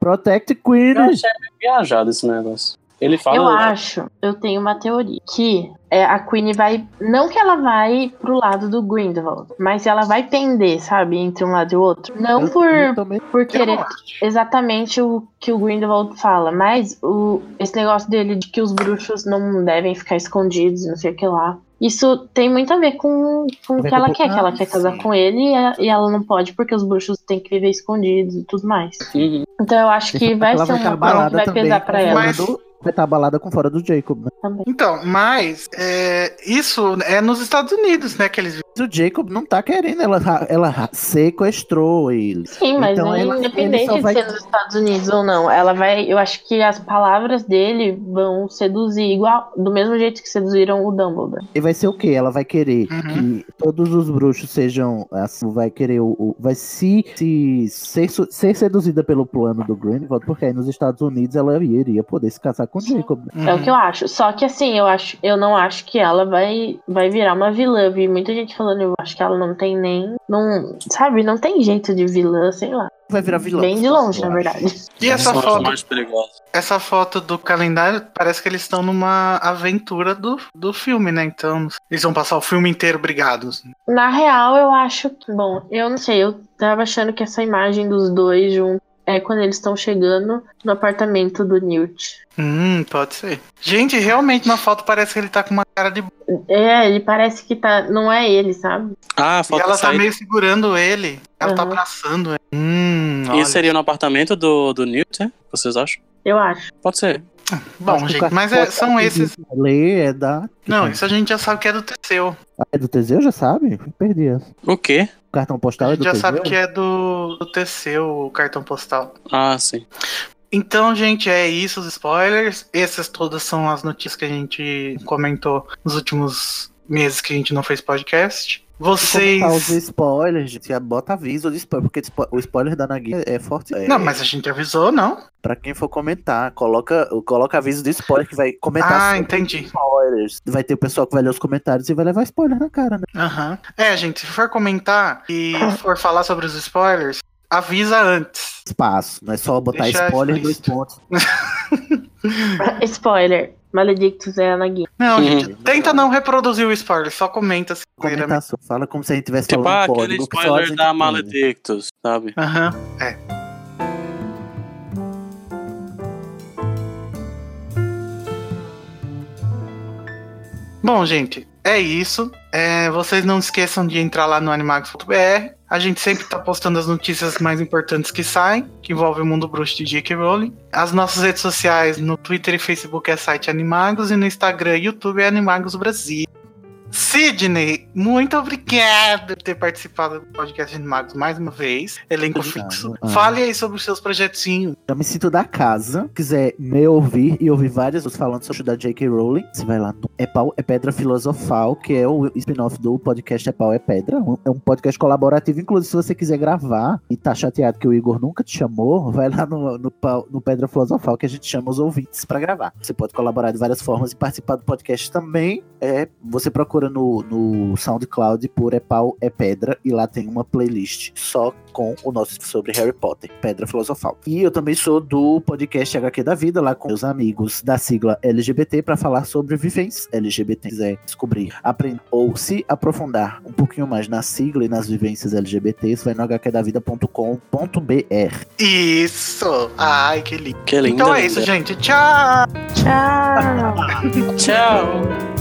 Protect Eu Queen. achei meio é viajado esse negócio. Ele fala. eu acho, eu tenho uma teoria, que é, a Queen vai. Não que ela vai pro lado do Grindelwald, mas ela vai pender, sabe, entre um lado e o outro. Não Eu- por, Uhum. eu também- por Eu querer não acho. exatamente o que o Grindelwald fala, mas o, esse negócio dele de que os bruxos não devem ficar escondidos, não sei o que lá. Isso tem muito a ver com, com o Tem que ela com- quer, que ela Ah, quer casar sim. com ele e a- e ela não pode porque os bruxos têm que viver escondidos e tudo mais. Uhum. Então eu acho que vai ela ser tá uma coisa que abalada vai também pesar com pra fora ela. Mas- do- Vai estar abalada com fora do Jacob, né? Então, mas é, isso é nos Estados Unidos, né? Que eles Mas o Jacob não tá querendo, ela, ela sequestrou ele. Sim, mas Então, aí, ela- ele independente só de vai- ser nos Estados Unidos ou não, ela vai. Eu acho que as palavras dele vão seduzir igual do mesmo jeito que seduziram o Dumbledore. E vai ser o quê? Ela vai querer Uhum. que todos os bruxos sejam. Assim, vai querer o. o- vai se, se ser, su- ser seduzida pelo plano do Grindelwald, porque aí nos Estados Unidos ela iria poder se casar com o Jacob. né? Uhum. É o que eu acho. Só que assim, eu acho, eu não acho que ela vai, vai virar uma vilã. Eu vi muita gente falando, eu acho que ela não tem nem. Não, sabe, não tem jeito de vilã, sei lá. Vai virar vilão. Bem de longe, eu na acho. verdade. E essa São as foto, é mais perigosas. essa foto do calendário parece que eles estão numa aventura do, do filme, né? Então, eles vão passar o filme inteiro brigados. Na real, eu acho que. Bom, eu não sei, eu tava achando que essa imagem dos dois juntos é quando eles estão chegando no apartamento do Newt. Hum, pode ser. Gente, realmente na foto parece que ele tá com uma cara de. É, ele parece que tá. Não é ele, sabe? Ah, a E foto ela tá saída. meio segurando ele. Ela tá Uhum. abraçando ele. Hum, olha. Isso seria no apartamento do, do Newt, né? Vocês acham? Eu acho. Pode ser. Bom, Acho que gente, o mas é- Carlos são Pode esses. dizer, Lê, é da. Não, isso a gente já sabe que é do Teseu. Ah, É do Teseu, já sabe? Perdi essa. O quê? O cartão postal A é do gente já Teseu? sabe que é do, do Teseu, o cartão postal. Ah, sim. Então, gente, é isso, os spoilers. Essas todas são as notícias que a gente comentou nos últimos meses que a gente não fez podcast. Como tá os Vocês. spoilers, gente, já bota aviso de spoiler, porque spo- o spoiler da Nagui é forte. É, Não, mas a gente avisou, não? Pra quem for comentar, coloca, coloca aviso de spoiler que vai comentar Ah, sobre entendi. spoilers. Vai ter o pessoal que vai ler os comentários e vai levar spoiler na cara, né? Aham. É, gente, se for comentar e for falar sobre os spoilers, avisa antes. Espaço, não é só botar Deixa spoiler dois explícito. pontos. Spoiler. Maledictus é a Nagini. Não, Uhum. gente, tenta não reproduzir o spoiler, só comenta assim. primeiramente. Comentar só. Fala como se a gente tivesse Tipo, ah, falando um aquele código. que só a spoiler gente da tem. Maledictus, sabe? Aham. Bom, gente, é isso. É, vocês não esqueçam de entrar lá no animagos.br. A gente sempre tá postando as notícias mais importantes que saem, que envolvem o mundo bruxo de J.K. Rowling. As nossas redes sociais no Twitter e Facebook é site Animagos e no Instagram e YouTube é Animagos Brasil. Sidney, muito obrigado por ter participado do podcast Animagos mais uma vez. Elenco Obrigado. fixo. Ah. Fale aí sobre os seus projetinhos. Eu me sinto da casa. Quiser me ouvir e ouvir várias pessoas falando sobre o da J.K. Rowling, você vai lá no É Pau é Pedra Filosofal, que é o spin-off do podcast É Pau é Pedra. Um- É um podcast colaborativo. Inclusive, se você quiser gravar e tá chateado que o Igor nunca te chamou, vai lá no, no, Pau- no Pedra Filosofal, que a gente chama os ouvintes pra gravar. Você pode colaborar de várias formas e participar do podcast também. É, você procura procura no, no SoundCloud por É Pau, É Pedra, e lá tem uma playlist só com o nosso sobre Harry Potter, Pedra Filosofal. E eu também sou do podcast HQ da Vida, lá com meus amigos da sigla LGBT, para falar sobre vivências LGBT. Se quiser descobrir, aprender ou se aprofundar um pouquinho mais na sigla e nas vivências LGBTs, vai no hqdavida.com.br. Isso! Ai, que lindo. é Que lindo. Então é isso, gente. Tchau! Tchau! Tchau.